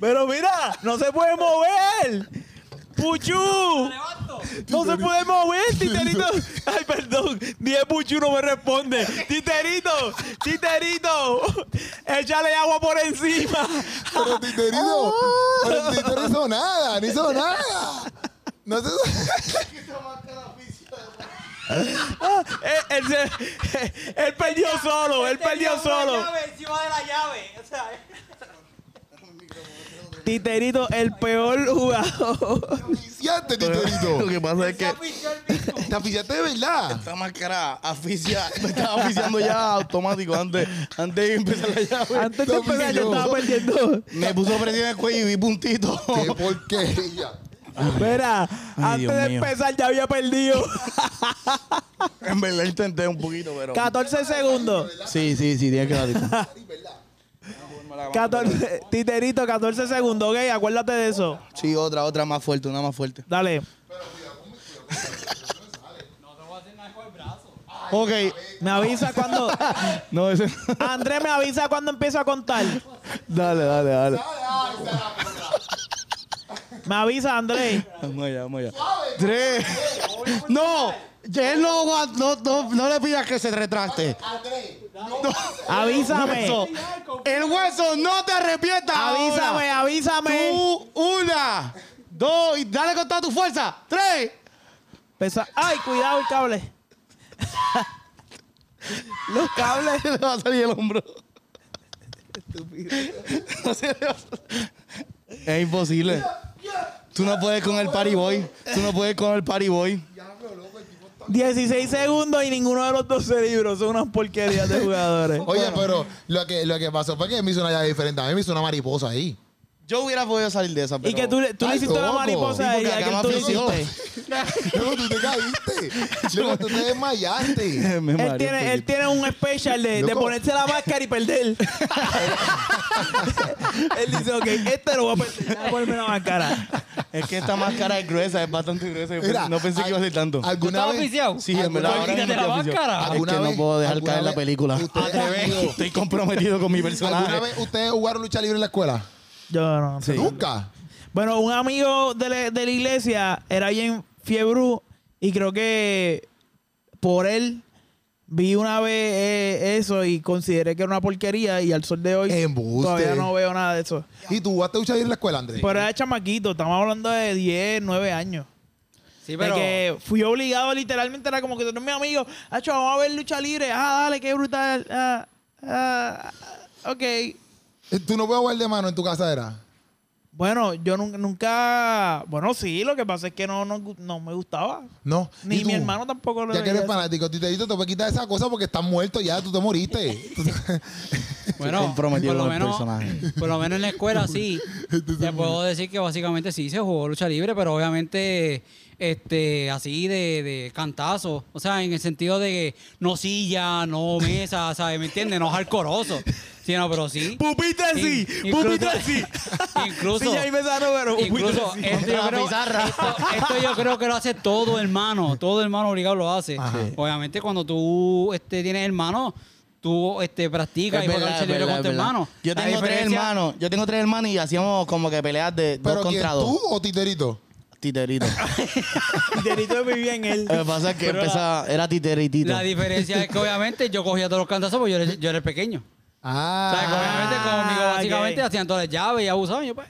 Speaker 3: Pero mira, no se puede mover. Puchu. No se puede mover, Titerito. Ay, perdón. Ni el Puchu no me responde. Titerito, Titerito. Échale agua por encima.
Speaker 2: pero
Speaker 1: Ah.
Speaker 2: Titerito, pero Titerito no hizo nada, no hizo nada. No se...
Speaker 3: Él, él se- él perdió solo, él perdió solo.
Speaker 4: Encima de la llave. O sea,
Speaker 3: Titerito, el peor jugador.
Speaker 2: Viciaste,
Speaker 1: Lo
Speaker 2: Titerito.
Speaker 1: que pasa es que
Speaker 2: Te aficiaste de verdad.
Speaker 1: esta máscara aficia, me estaba aficiando ya automático antes, antes de empezar la llave.
Speaker 3: Antes de empezar, yo estaba perdiendo.
Speaker 1: Me puso presión en el cuello y vi puntito.
Speaker 2: Qué porquería.
Speaker 3: Mira, antes
Speaker 1: Dios
Speaker 3: de
Speaker 1: mío.
Speaker 3: empezar ya había perdido.
Speaker 1: En verdad intenté un poquito, pero.
Speaker 3: 14 segundos.
Speaker 1: Sí, sí, sí, tienes que darle.
Speaker 3: 14, titerito, 14 segundos, ok, acuérdate de eso.
Speaker 1: Sí, otra, otra más fuerte, una más fuerte.
Speaker 3: Dale.
Speaker 1: Ok.
Speaker 3: Me avisa cuando.
Speaker 1: No, ese.
Speaker 3: Andrés me avisa cuando empiezo a contar.
Speaker 1: dale, dale, dale.
Speaker 3: Me avisa, Andrés.
Speaker 1: Vamos allá, vamos allá. Tres. No, ya él no, va- no, no, no le pidas que se retracte.
Speaker 3: Avísame.
Speaker 1: Hueso. El hueso, no te arrepientas.
Speaker 3: Avísame,
Speaker 1: ahora.
Speaker 3: avísame.
Speaker 1: Tú, una, dos, y dale con toda tu fuerza. Tres.
Speaker 3: Pesa- Ay, cuidado el cable. Los cables.
Speaker 1: Se le va a salir el hombro. No se le va a salir. Es imposible. Tú no puedes con el party boy. Tú no puedes con el party boy.
Speaker 3: 16 segundos y ninguno de los 12 libros son unas porquerías de jugadores.
Speaker 2: Oye, pero lo que, lo que pasó fue que me hizo una llave diferente. A mí me hizo una mariposa ahí.
Speaker 1: Yo hubiera podido salir de esa, pero...
Speaker 3: Y que tú, le- tú le
Speaker 2: Ay,
Speaker 3: hiciste la
Speaker 2: loco.
Speaker 3: mariposa a
Speaker 1: Sí,
Speaker 3: ella,
Speaker 1: porque
Speaker 3: que
Speaker 1: acá
Speaker 3: tú le
Speaker 1: me aficionó.
Speaker 3: hiciste.
Speaker 2: Luego tú te caíste. Luego tú te desmayaste.
Speaker 1: Me
Speaker 3: Él
Speaker 1: mareé,
Speaker 3: tiene, él tiene un especial de, de
Speaker 2: Loco.
Speaker 3: ponerse la máscara y perder. él dice, ok, este lo voy a perder. Voy a ponerme la máscara.
Speaker 1: Es que esta máscara es gruesa, es bastante gruesa. Yo pe-
Speaker 2: Mira,
Speaker 1: no pensé que iba a ser tanto.
Speaker 2: ¿Alguna
Speaker 4: estabas
Speaker 2: vez?
Speaker 4: viciado?
Speaker 1: sí, en verdad. ahora
Speaker 4: quítate
Speaker 1: mismo
Speaker 4: la
Speaker 1: estoy
Speaker 4: máscara.
Speaker 1: aficionado.
Speaker 2: ¿Alguna
Speaker 1: Es que
Speaker 2: vez-
Speaker 1: no puedo dejar
Speaker 2: alguna
Speaker 1: caer la
Speaker 2: vez
Speaker 1: película.
Speaker 2: ustedes han ido-
Speaker 1: Estoy comprometido con mi
Speaker 2: ¿Alguna
Speaker 1: personaje.
Speaker 2: vez ustedes jugaron lucha libre en la escuela?
Speaker 3: Yo no.
Speaker 1: Sí.
Speaker 2: Nunca.
Speaker 3: Bueno, un amigo de la, de la iglesia era bien fiebre y creo que por él vi una vez eh, eso y consideré que era una porquería y al sol de hoy
Speaker 2: Embuste.
Speaker 3: todavía no veo nada de eso.
Speaker 2: ¿Y tú jugaste lucha libre en la escuela, Andrés?
Speaker 3: Pero era chamaquito, estamos hablando de 10, 9 años.
Speaker 4: Sí,
Speaker 3: De
Speaker 4: pero...
Speaker 3: que fui obligado, literalmente era como que tú eres mi amigo, Hacho, vamos a ver lucha libre, ah, dale, qué brutal. Ah, ah, ah, ok.
Speaker 2: Eh, ¿Tú no puedes jugar de mano en tu casa, era?
Speaker 3: Bueno, yo nun- nunca, bueno, sí, lo que pasa es que no, no, gu- no me gustaba.
Speaker 2: No. ¿Y
Speaker 3: Ni
Speaker 2: tú?
Speaker 3: mi hermano tampoco lo
Speaker 2: Ya que
Speaker 3: veía
Speaker 2: eres
Speaker 3: así.
Speaker 2: fanático, tú te dices, te puedes quitar esa cosa porque estás muerto ya, tú te moriste.
Speaker 1: Estoy
Speaker 4: Bueno, por
Speaker 1: comprometido
Speaker 4: lo,
Speaker 1: con el
Speaker 4: menos,
Speaker 1: personaje. Este
Speaker 4: por lo menos en la escuela sí. Te puedo decir que básicamente sí se jugó lucha libre, pero obviamente este así de, de cantazo. O sea, en el sentido de que no silla, no mesa, ¿sabes? ¿Me entiendes? No hardcoreoso. Sí, no, pero sí.
Speaker 3: Pupitre sí,
Speaker 4: In-
Speaker 3: pupitre
Speaker 4: incluso-
Speaker 3: sí.
Speaker 4: Incluso.
Speaker 3: Sí, ya me sano, pero pupitre
Speaker 4: Incluso
Speaker 3: sí.
Speaker 4: esto yo,
Speaker 1: La
Speaker 4: creo,
Speaker 1: pizarra.
Speaker 4: esto- esto yo creo que lo hace todo hermano, todo hermano obligado lo hace.
Speaker 2: Ajá.
Speaker 4: Obviamente cuando tú este, tienes hermano, tú este, practicas
Speaker 1: Es
Speaker 4: y juegas
Speaker 1: verdad,
Speaker 4: lucha
Speaker 1: es
Speaker 4: libre
Speaker 1: verdad,
Speaker 4: con
Speaker 1: es
Speaker 4: tu
Speaker 1: verdad.
Speaker 4: hermano.
Speaker 1: Yo
Speaker 4: La
Speaker 1: tengo tres
Speaker 4: diferencia-
Speaker 1: hermanos. Yo tengo tres hermanos y hacíamos como que peleas de dos
Speaker 2: ¿Pero quién,
Speaker 1: contra
Speaker 2: tú
Speaker 1: dos.
Speaker 2: o Titerito?
Speaker 1: Titerito.
Speaker 3: Titerito vivía en él.
Speaker 1: Lo que pasa es que
Speaker 4: Pero la-
Speaker 1: empezaba, era titeritito.
Speaker 4: La diferencia es que obviamente yo cogía todos los cantazos porque yo era, yo era el pequeño. O sea, que
Speaker 2: Ah.
Speaker 4: obviamente conmigo
Speaker 3: ok.
Speaker 4: básicamente hacían todas las llaves y abusaban. Yo, pues,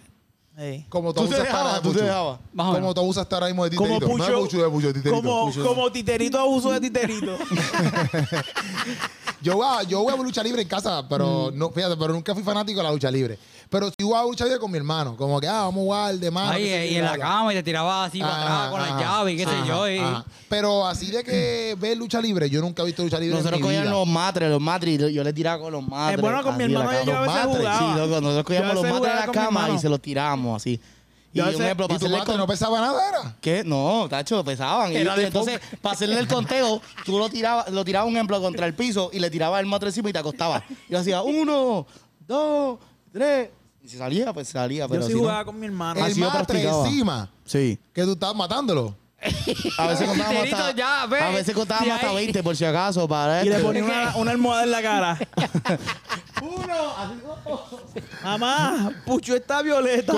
Speaker 3: Ey.
Speaker 2: Como tú
Speaker 1: Tú te
Speaker 2: abusas
Speaker 1: dejabas,
Speaker 2: ahora de
Speaker 1: tú te
Speaker 2: Puchu.
Speaker 1: dejabas.
Speaker 4: Más o
Speaker 2: Como
Speaker 4: menos.
Speaker 2: tú abusas ahora mismo de
Speaker 3: Como
Speaker 2: Titerito. No
Speaker 3: Pucho,
Speaker 2: es Pucho, es Pucho, es Titerito.
Speaker 3: como,
Speaker 2: Pucho.
Speaker 3: como titerito abuso de titerito.
Speaker 2: Yo jugaba, yo jugaba lucha libre en casa, pero no, fíjate, pero nunca fui fanático de la lucha libre. Pero sí jugaba lucha libre con mi hermano. Como que, ah, vamos a jugar de mano.
Speaker 4: Ahí,
Speaker 2: qué sé
Speaker 4: eh,
Speaker 2: yo,
Speaker 4: y en
Speaker 2: bla,
Speaker 4: la
Speaker 2: bla.
Speaker 4: cama y te tiraba así para
Speaker 2: Ajá,
Speaker 4: atrás con las
Speaker 2: ajá,
Speaker 4: llaves y qué sé
Speaker 2: ajá,
Speaker 4: yo. y-
Speaker 2: ajá. Pero así de que ver lucha libre, yo nunca he visto lucha libre
Speaker 1: Nosotros
Speaker 2: en mi vida.
Speaker 1: cogíamos los matres, los matres, y yo- yo le tiraba con los matres.
Speaker 3: Es Eh, bueno, con mi
Speaker 1: Ah, así, la
Speaker 3: hermano
Speaker 1: cama.
Speaker 3: yo a veces
Speaker 2: matres.
Speaker 3: jugaba.
Speaker 1: Sí, loco, nosotros cogíamos
Speaker 3: Yo a
Speaker 1: los
Speaker 3: veces
Speaker 1: matres de
Speaker 3: jugaba
Speaker 1: la
Speaker 3: con mi
Speaker 1: cama
Speaker 3: hermano.
Speaker 1: y se los tirábamos así. Y
Speaker 3: Yo a
Speaker 1: un
Speaker 3: veces-
Speaker 1: ejemplo,
Speaker 2: ¿Y
Speaker 1: para
Speaker 2: tu
Speaker 1: hacerle
Speaker 2: mate
Speaker 1: el
Speaker 2: no
Speaker 1: con-
Speaker 2: pesaba nada, era?
Speaker 1: ¿Qué? No, tacho, pesaban. Y-
Speaker 3: Era
Speaker 1: y
Speaker 3: de
Speaker 1: entonces, para hacerle el conteo, tú lo tirabas, lo tirabas un ejemplo contra el piso y le tirabas el matre encima y te acostabas. Y yo hacía uno, dos, tres. Y si salía, pues salía. Pero
Speaker 3: yo sí
Speaker 1: si no-
Speaker 3: jugaba con mi hermano.
Speaker 1: Ah,
Speaker 2: El
Speaker 1: Así yo
Speaker 2: matre
Speaker 1: practicaba.
Speaker 2: encima,
Speaker 1: Sí.
Speaker 2: que tú estabas matándolo.
Speaker 1: A veces contábamos
Speaker 4: Titerito,
Speaker 1: hasta,
Speaker 4: ya, ve.
Speaker 1: a veces contábamos
Speaker 4: Sí,
Speaker 1: hasta
Speaker 4: ahí.
Speaker 1: 20 por si acaso para
Speaker 3: Y le
Speaker 1: esto.
Speaker 3: ponía una, una almohada en la cara. Mamá, Pucho está violeta.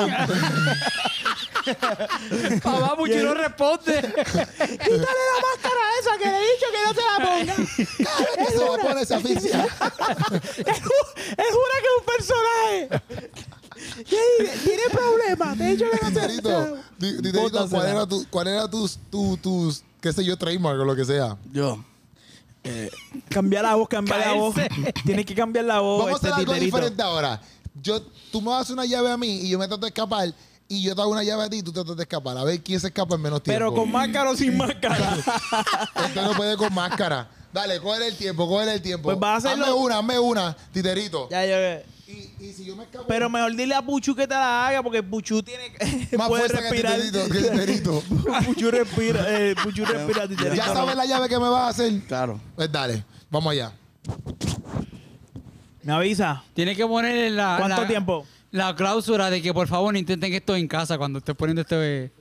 Speaker 4: Papá, Pucho no responde.
Speaker 3: esa que le he dicho que no se la ponga.
Speaker 2: Y se va a poner esa asfixia.
Speaker 3: Él ju- él jura que es un personaje. Tiene- Tiene problemas. Te he dicho que no se
Speaker 2: Titerito, di- Titerito, ¿cuál
Speaker 3: Bótasela.
Speaker 2: era, tu, cuál era tus, tu- tus, qué sé yo, trademark o lo que sea?
Speaker 1: Yo.
Speaker 3: Cambia la voz, cambia la voz. Tienes que cambiar la voz.
Speaker 2: Vamos a
Speaker 3: este
Speaker 2: hacer algo
Speaker 3: titerito.
Speaker 2: diferente ahora. Yo, tú me das una llave a mí y yo me trato de escapar y yo te hago una llave a ti y tú tratas de escapar. A ver quién se escapa en menos tiempo.
Speaker 3: Pero con máscara o sin máscara.
Speaker 2: Usted no puede con máscara. Dale, cógele el tiempo, cógele el tiempo.
Speaker 3: Pues vas a hacerlo-
Speaker 2: Hazme una, hazme una, titerito.
Speaker 3: Ya, ya, ya.
Speaker 2: Y, y si yo me escapo...
Speaker 3: Pero mejor dile a Puchu que te la haga porque Puchu tiene
Speaker 2: más
Speaker 3: puede
Speaker 2: fuerza
Speaker 3: respirar.
Speaker 2: que este titerito, que titerito.
Speaker 3: Puchu respira, eh, Puchu respira titerito.
Speaker 2: ya sabes la llave que me vas a hacer.
Speaker 1: Claro.
Speaker 2: Pues dale, vamos allá.
Speaker 3: Me avisa.
Speaker 4: Tienes que poner la...
Speaker 3: ¿Cuánto
Speaker 4: la-
Speaker 3: tiempo?
Speaker 4: La cláusula de que por favor intenten esto en casa cuando estés poniendo este...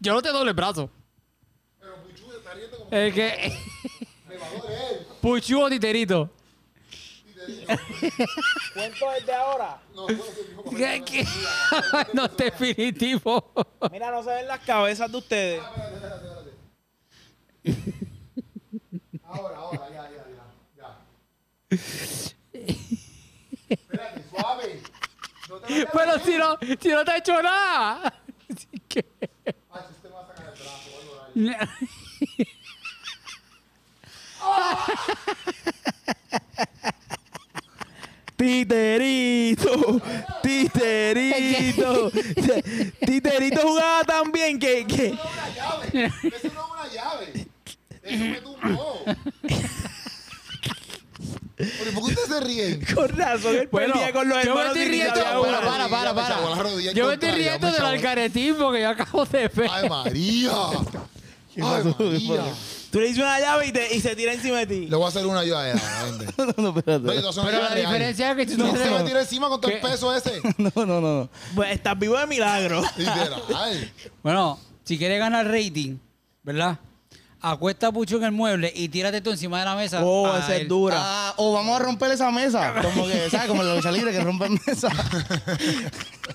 Speaker 4: Yo no te doble el brazo. Es que... Puchu o titerito.
Speaker 3: Cuento desde ahora.
Speaker 4: ¿Qué- qué? no, definitivo.
Speaker 3: Mira, no se ven las cabezas de ustedes.
Speaker 2: Ahora, ahora, ya, ya, ya. ya. Espérate, suave. No te vayas
Speaker 4: Pero si no, si no te ha hecho nada. Así que...
Speaker 2: a- Usted va a sacar el brazo, voy a llorar.
Speaker 3: Titerito, titerito, titerito jugaba tan bien que, que
Speaker 2: una llave. Eso no es una llave. Eso me tumbó. Pero, ¿Por qué ustedes se ríen?
Speaker 3: Con razón, él
Speaker 4: Bueno,
Speaker 3: perdía con los
Speaker 4: yo me
Speaker 3: hermanos
Speaker 4: estoy
Speaker 3: de
Speaker 4: riendo,
Speaker 3: Gritabla,
Speaker 4: pero
Speaker 3: güey.
Speaker 4: para, para,
Speaker 2: Ya me
Speaker 4: para.
Speaker 2: chavó la rodilla
Speaker 4: Yo me estoy
Speaker 2: contraria,
Speaker 4: riendo
Speaker 2: me
Speaker 4: del
Speaker 2: chavó.
Speaker 4: alcaretismo que yo acabo de ver.
Speaker 2: ¡Ay, María! ¡Ay,
Speaker 1: pasó?
Speaker 2: María!
Speaker 3: Tú le dices una llave y, te- y se tira encima de ti.
Speaker 2: Le voy a hacer una yo a ella. gente.
Speaker 1: No, no, espérate.
Speaker 2: No, yo te voy a hacer una yo
Speaker 4: Pero
Speaker 2: a
Speaker 4: la
Speaker 2: ella.
Speaker 4: diferencia es que si tú
Speaker 2: No
Speaker 4: te-
Speaker 2: se me tira encima con todo el
Speaker 4: ¿Qué?
Speaker 2: peso ese.
Speaker 1: No, no, no. no.
Speaker 3: Pues estás vivo de milagro.
Speaker 2: Literal.
Speaker 4: Bueno, si quieres ganar rating, ¿verdad? Acuesta a Pucho en el mueble y tírate tú encima de la mesa.
Speaker 3: Oh,
Speaker 4: a
Speaker 3: esa es
Speaker 4: él.
Speaker 3: dura.
Speaker 1: Ah, o vamos a romper esa mesa. Como que, ¿sabes? Como la lucha libre que rompen mesa.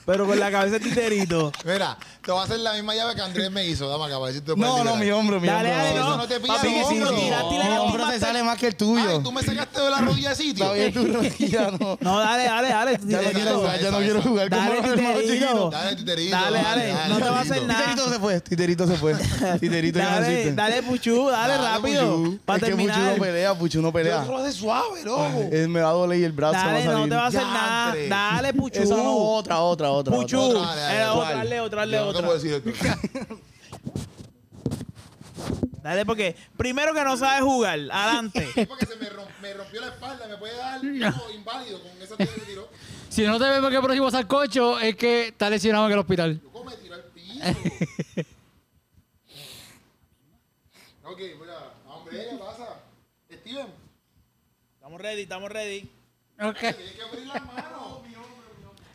Speaker 3: Pero con la cabeza de titerito.
Speaker 2: Mira, te voy a hacer la misma llave que Andrés me hizo. Dame acá para decirte.
Speaker 1: No, no, mi hombro, mi
Speaker 3: Dale,
Speaker 1: hombro.
Speaker 3: dale,
Speaker 2: eso
Speaker 3: no.
Speaker 2: no te pilla
Speaker 3: Papi,
Speaker 2: el
Speaker 3: que si
Speaker 2: hombro.
Speaker 3: lo tiraste y le
Speaker 1: Mi
Speaker 3: das
Speaker 1: hombro
Speaker 3: más-
Speaker 1: te sale más que el
Speaker 2: Ay,
Speaker 1: tuyo.
Speaker 2: tú me sacaste de la rodilla de sitio.
Speaker 1: Está bien, tu rodilla, no.
Speaker 3: No, dale, dale, dale.
Speaker 1: Ya no
Speaker 3: titerito.
Speaker 1: quiero jugar, ya no
Speaker 2: Esa,
Speaker 1: quiero
Speaker 2: esa.
Speaker 1: jugar como
Speaker 3: Dale,
Speaker 1: los hermanos
Speaker 3: titerito.
Speaker 1: chiquitos.
Speaker 2: Dale, titerito.
Speaker 3: Dale, dale, no te va a hacer
Speaker 2: titerito.
Speaker 3: nada.
Speaker 1: Titerito se fue, Titerito se fue. Titerito ya no
Speaker 3: Dale,
Speaker 1: existe.
Speaker 3: dale, Puchu, dale,
Speaker 2: Dale,
Speaker 3: rápido.
Speaker 2: Puchu.
Speaker 3: Para
Speaker 1: es que Puchu
Speaker 3: terminar.
Speaker 1: no pelea, Puchu no
Speaker 2: Yo
Speaker 1: pelea.
Speaker 2: te lo hace suave, loco.
Speaker 1: Él me va a doler y el brazo va a
Speaker 3: Dale,
Speaker 1: salir. Uh.
Speaker 3: no te va a hacer
Speaker 2: Ya,
Speaker 3: nada.
Speaker 2: Andrés.
Speaker 3: Dale, Puchu.
Speaker 1: Esa no, otra, otra, otra.
Speaker 3: Puchu.
Speaker 1: otra.
Speaker 2: Otra, dale, dale.
Speaker 3: Era Eh,
Speaker 1: ¿Cuál?
Speaker 3: otra, dale, otra, dale,
Speaker 2: Yo No te
Speaker 3: otra.
Speaker 2: puedo decir esto.
Speaker 3: Dale, porque primero que no sabes jugar, adelante.
Speaker 2: Es porque se me, rom- me rompió la espalda. Me puede dar como inválido con esa tira que tiró.
Speaker 4: Si no te vemos que el próximo salcocho es que está lesionado en el hospital.
Speaker 2: Yo como me tiró al piso. ok, mira. Hombre, ¿qué pasa? Steven,
Speaker 3: Estamos ready, estamos ready.
Speaker 4: Ok.
Speaker 2: tienes que abrir la mano.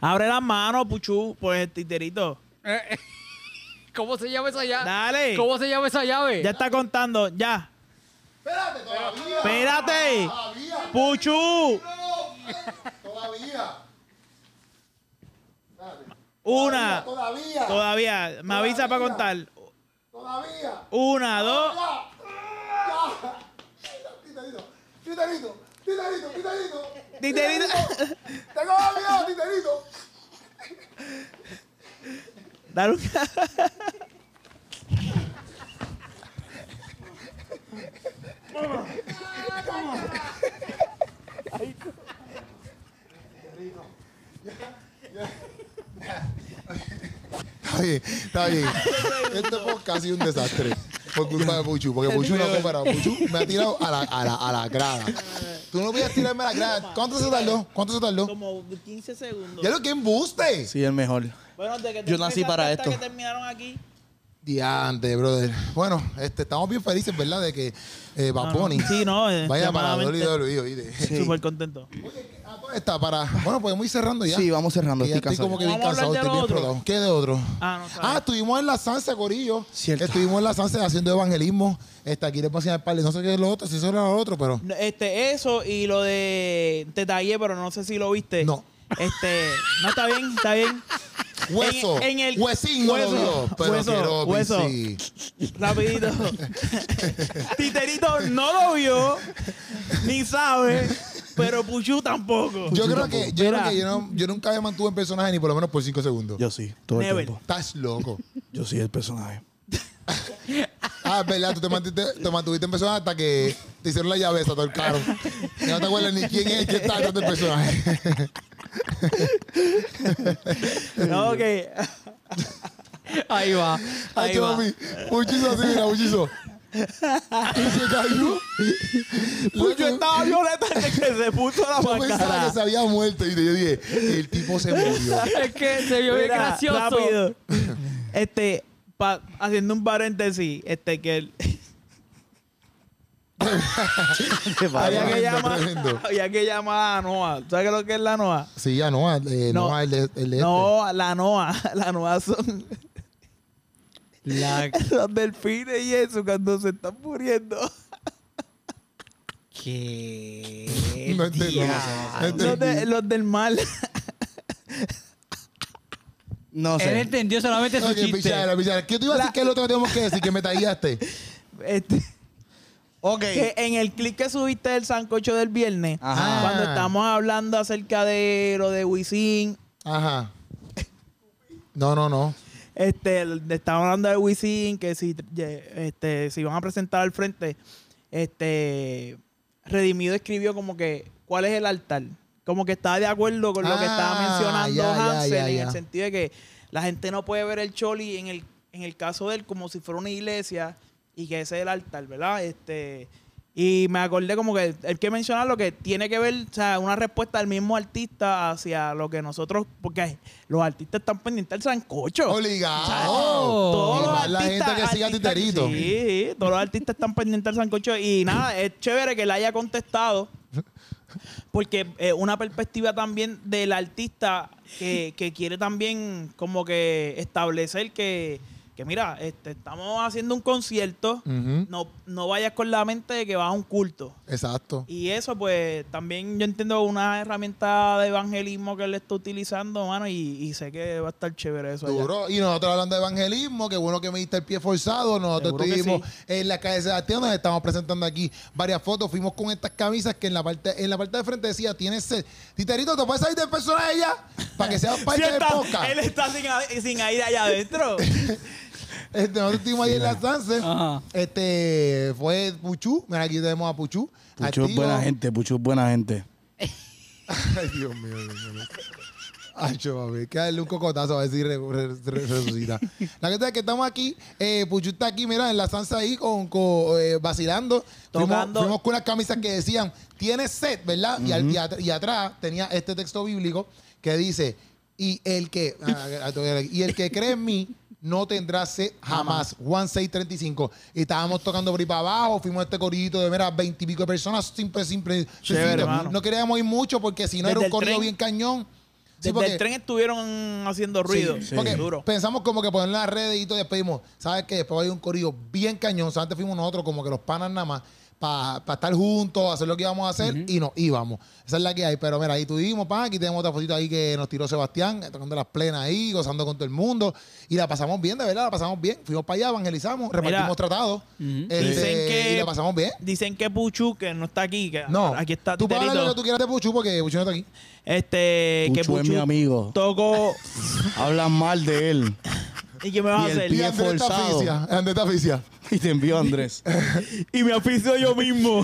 Speaker 3: Abre las manos, Puchu, por el titerito.
Speaker 4: Eh, ¿Cómo se llama esa llave?
Speaker 3: Dale.
Speaker 4: ¿Cómo se llama esa llave?
Speaker 3: Ya está contando, ya.
Speaker 2: Espérate, todavía.
Speaker 3: Espérate.
Speaker 2: Todavía.
Speaker 3: Puchu.
Speaker 2: Todavía.
Speaker 3: Una.
Speaker 2: Todavía. Todavía.
Speaker 3: Todavía. Me avisa para contar.
Speaker 2: Todavía.
Speaker 3: Una, dos.
Speaker 2: Ya. Ya. Titerito. Titerito. Titerito. Titerito.
Speaker 3: Titerito.
Speaker 2: Tengo miedo, Titerito.
Speaker 3: Dale un...
Speaker 2: Está bien, está bien. Este podcast ha sido un desastre. Por culpa de Puchu, porque Puchu no coopera. Puchu me ha tirado a la, a la, a la grada. Tú no podías tirarme a la grada. ¿Cuánto se tardó? ¿Cuánto se tardó?
Speaker 3: Como 15 segundos.
Speaker 2: Ya lo que embuste.
Speaker 1: Sí, el mejor.
Speaker 3: Bueno, desde que
Speaker 1: Yo nací
Speaker 3: empezaste
Speaker 1: para
Speaker 3: hasta
Speaker 1: esto.
Speaker 3: que terminaron aquí.
Speaker 2: Diante, brother. Bueno, este, estamos bien felices, ¿verdad? De que eh, Bad
Speaker 3: No, no.
Speaker 2: Bunny
Speaker 3: Sí, no, eh,
Speaker 2: vaya para
Speaker 3: llamadamente.
Speaker 2: WWE, oíste.
Speaker 3: Súper contento.
Speaker 2: Ah, pues Está para. Bueno, podemos ir cerrando ya.
Speaker 1: Sí, vamos cerrando,
Speaker 2: Que ya
Speaker 1: estoy
Speaker 2: estoy como
Speaker 1: cansado.
Speaker 2: que bien
Speaker 3: Vamos a hablar
Speaker 2: cansado,
Speaker 3: de
Speaker 2: estoy bien
Speaker 3: lo otro.
Speaker 2: explotado. ¿Qué de otro?
Speaker 3: Ah, no sabía.
Speaker 2: Ah, estuvimos en la Sansa, Corillo.
Speaker 1: Cierto.
Speaker 2: Estuvimos en la Sansa haciendo evangelismo. Está aquí le pasé al palo. No sé qué es lo otro, si eso era lo otro, pero.
Speaker 3: No, Este, eso y lo de te tallé, pero no sé si lo viste.
Speaker 2: No.
Speaker 3: Este, no está bien, está bien.
Speaker 2: Hueso.
Speaker 3: en el-
Speaker 2: Huesín no lo
Speaker 3: hueso,
Speaker 2: vio, pero
Speaker 3: hueso,
Speaker 2: Keropi
Speaker 3: hueso.
Speaker 2: sí.
Speaker 3: Rapidito. Titerito no lo vio, ni sabe, pero Puchu tampoco.
Speaker 2: Yo creo que, yo, creo
Speaker 3: Mira.
Speaker 2: que yo, no- yo nunca me mantuve en personaje ni por lo menos por cinco segundos.
Speaker 1: Yo sí, todo el
Speaker 3: Never.
Speaker 1: tiempo.
Speaker 2: Estás loco.
Speaker 1: Yo sí, el personaje.
Speaker 2: Ah, es verdad, tú te mantuviste, te mantuviste en personaje hasta que te hicieron la llave, todo el caro. Y no te acuerdas ni quién es el que está detrás del personaje.
Speaker 3: No, ok.
Speaker 4: Ahí va. Ahí
Speaker 2: Ay,
Speaker 4: va.
Speaker 2: mami. Muchizo así, mira, muchizo. Y se cayó.
Speaker 3: Puchu Pues estaba violeta desde que se puso la
Speaker 2: Yo pensaba
Speaker 3: máscara.
Speaker 2: que se había muerto y yo dije, el tipo se murió.
Speaker 4: Es que se vio bien
Speaker 3: Mira,
Speaker 4: gracioso.
Speaker 3: Rápido. Este, pa- haciendo un paréntesis, este que el-
Speaker 1: ¿Qué
Speaker 3: había, que
Speaker 2: Tremendo,
Speaker 3: llamar,
Speaker 2: tremendo.
Speaker 3: había que llamar a Noah. ¿Sabes lo que es la Noah?
Speaker 2: Sí, ya no, eh, no,
Speaker 3: No.
Speaker 2: el de, el de este.
Speaker 3: No, la Noa, la Noa son
Speaker 4: La...
Speaker 3: los delfines y eso cuando se están muriendo.
Speaker 4: ¿Qué?
Speaker 2: No entendí. No
Speaker 3: Los,
Speaker 2: entendí.
Speaker 3: de- los del mal.
Speaker 1: No
Speaker 4: Él
Speaker 1: sé.
Speaker 4: entendió solamente su
Speaker 2: Oye,
Speaker 4: chiste.
Speaker 2: este. pichara, pichara. ¿Qué te iba a decir
Speaker 3: La-
Speaker 2: que es lo que tenemos que decir? Que me tallaste.
Speaker 3: Este,
Speaker 1: Ok.
Speaker 3: que en el clip que subiste del sancocho del viernes,
Speaker 2: Ah.
Speaker 1: Ajá.
Speaker 3: cuando estamos hablando acerca de lo de Wisin,
Speaker 2: Ajá. No, no, no.
Speaker 3: este, el- estaban hablando de Wisin, que si ye- este, se iban a presentar al frente, este Redimido escribió como que cuál es el altar. Como que estaba de acuerdo con lo que estaba
Speaker 2: Ah,
Speaker 3: mencionando
Speaker 2: ya, ya,
Speaker 3: Hansel,
Speaker 2: ya,
Speaker 3: en
Speaker 2: ya.
Speaker 3: el sentido de que la gente no puede ver el Choli en el, en el caso de él como si fuera una iglesia y que ese es el altar, ¿verdad? Este, Y me acordé como que hay que mencionar lo que tiene que ver, o sea, una respuesta del mismo artista hacia lo que nosotros, porque los artistas están pendientes del sancocho.
Speaker 2: Obligado.
Speaker 3: Todos los
Speaker 2: la
Speaker 3: artistas-
Speaker 2: gente que sigue a
Speaker 3: artistas-
Speaker 2: Titerito.
Speaker 3: Sí, todos los artistas están pendientes del sancocho. Y nada, es chévere que le haya contestado. Porque eh, una perspectiva también del artista que, que quiere también como que establecer que, que mira, este, estamos haciendo un concierto,
Speaker 2: Ujú.
Speaker 3: no, no vayas con la mente de que vas a un culto.
Speaker 2: Exacto.
Speaker 3: Y eso, pues, también yo entiendo una herramienta de evangelismo que él está utilizando, mano, y, y sé que va a estar chévere eso. allá.
Speaker 2: Duro. Y nosotros hablando de evangelismo, que bueno que me diste el pie forzado. Nosotros
Speaker 3: Seguro que
Speaker 2: estuvimos en la calle de Sebastián, nos estamos presentando aquí varias fotos. Fuimos con estas camisas que en la parte, en la parte de frente decía, tienes sed. Titerito, ¿te puedes salir del personaje ya? Para que seas
Speaker 3: Sí,
Speaker 2: parte del
Speaker 3: está-
Speaker 2: podcast.
Speaker 3: él está sin, a- sin aire allá adentro.
Speaker 2: Este, nosotros estuvimos ahí en la Sanse.
Speaker 4: Ajá.
Speaker 2: Este fue Puchu. Mira, aquí tenemos a Puchu.
Speaker 1: Puchu es
Speaker 2: Activo.
Speaker 1: buena gente, Puchu es buena gente.
Speaker 2: Ay, Dios mío, Dios mío. Ay, chaval, hay que darle un cocotazo a ver si re- re- re- resucita. La cosa es que estamos aquí, eh, Puchu está aquí, mira, en la salsa ahí, con, con, eh, vacilando. Fuimos-
Speaker 3: Tocando.
Speaker 2: Fuimos, con unas camisas que decían, tienes sed, ¿verdad? Y al- y, at- y atrás tenía este texto bíblico que dice, y el que, ah, y el que cree en mí no tendrá sed jamás. Juan 635. Y estábamos tocando por ahí para abajo, fuimos a este corillito de, mira, veintipico de personas, simple, simple. sencillo.
Speaker 3: hermano.
Speaker 2: no queríamos ir mucho porque si no era
Speaker 3: Desde
Speaker 2: un
Speaker 3: el
Speaker 2: corrido
Speaker 3: tren.
Speaker 2: bien cañón. Sí,
Speaker 3: Desde
Speaker 2: porque,
Speaker 3: el tren estuvieron haciendo ruido.
Speaker 1: sí.
Speaker 2: porque
Speaker 3: Duro.
Speaker 2: pensamos como que poner las redes y todo, y después dijimos, ¿sabes qué? Después hay un corrido bien cañón. O sea, antes fuimos nosotros como que los panas nada más para estar juntos, hacer lo que íbamos a hacer y nos íbamos. Esa es la que hay. Pero mira, ahí tuvimos, pan, aquí tenemos otra fotito ahí que nos tiró Sebastián, eh, tocando las plenas ahí, gozando con todo el mundo. Y la pasamos bien, de verdad, la pasamos bien. Fuimos para allá, evangelizamos, repartimos tratados. este,
Speaker 3: Dicen que-
Speaker 2: Y la pasamos bien.
Speaker 3: Dicen que Puchu, que no está aquí, que
Speaker 2: No,
Speaker 3: aquí está
Speaker 2: tú puedes hablar lo
Speaker 3: Titerito.
Speaker 2: que tú quieras de Puchu porque Puchu no está aquí.
Speaker 3: Este, que
Speaker 1: Puchu es mi amigo.
Speaker 3: Tocó.
Speaker 1: Hablan mal de él.
Speaker 3: ¿Y qué me vas
Speaker 1: Y
Speaker 3: a
Speaker 1: el
Speaker 3: hacer?
Speaker 1: pie
Speaker 2: Y Andrés está
Speaker 1: forzado.
Speaker 2: asfixia, Andrés está asfixia.
Speaker 1: Y te envió Andrés.
Speaker 3: Y me aficio yo mismo.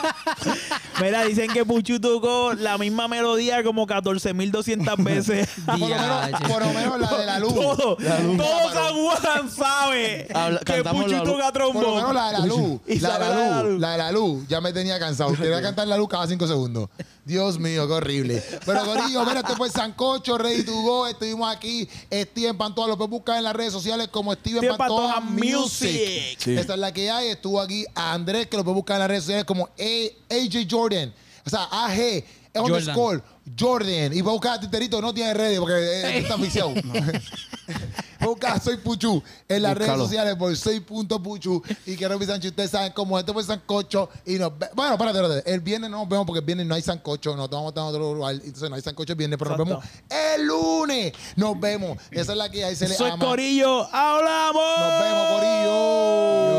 Speaker 3: Mira, dicen que Puchu tocó la misma melodía como 14.200 veces.
Speaker 2: Por lo, menos,
Speaker 4: Diache.
Speaker 2: por lo menos la de la luz.
Speaker 3: todo, todo
Speaker 2: La
Speaker 3: San Juan sabe
Speaker 1: Habla-
Speaker 3: que
Speaker 1: cantamos
Speaker 3: Puchu
Speaker 1: la luz.
Speaker 3: toca
Speaker 2: Por lo menos
Speaker 3: trombo.
Speaker 2: la de la luz.
Speaker 3: Y
Speaker 2: La de
Speaker 3: sabe la de
Speaker 2: la
Speaker 3: la
Speaker 2: luz.
Speaker 3: luz.
Speaker 2: La de la luz. Ya me tenía cansado. Tenía que cantar la luz cada cinco segundos. Dios mío, qué horrible. Pero Corillo, mira, este fue Sancocho, Ready to Go. Estuvimos aquí. Steven Pantoja. Lo puedes buscar en las redes sociales como Steven,
Speaker 3: Steven
Speaker 2: Pantoja,
Speaker 3: Pantoja
Speaker 2: Music.
Speaker 3: Music.
Speaker 1: Sí.
Speaker 2: Esta es la que hay. Estuvo aquí a Andrés, que lo puedes buscar en las redes sociales como A- AJ Jordan. O sea, AG.
Speaker 4: Jordan.
Speaker 2: Underscore Jordan. Y puedes buscar a Titerito, no tiene redes porque eh, está asfixiado. Busca Soy Puchu en las redes
Speaker 1: Búscalo.
Speaker 2: sociales por soy.puchu y que Robby Sánchez, ustedes saben cómo este fue Sancocho y nos ve- Bueno, espérate, espérate. El viernes no nos vemos porque el viernes no hay Sancocho, nos vamos a estar en otro lugar, entonces no hay Sancocho el viernes, pero
Speaker 3: Exacto.
Speaker 2: nos vemos el lunes. Nos vemos. Esa es la que hay, se le
Speaker 3: Soy
Speaker 2: ama.
Speaker 3: Corillo, hablamos.
Speaker 2: Nos vemos, Corillo.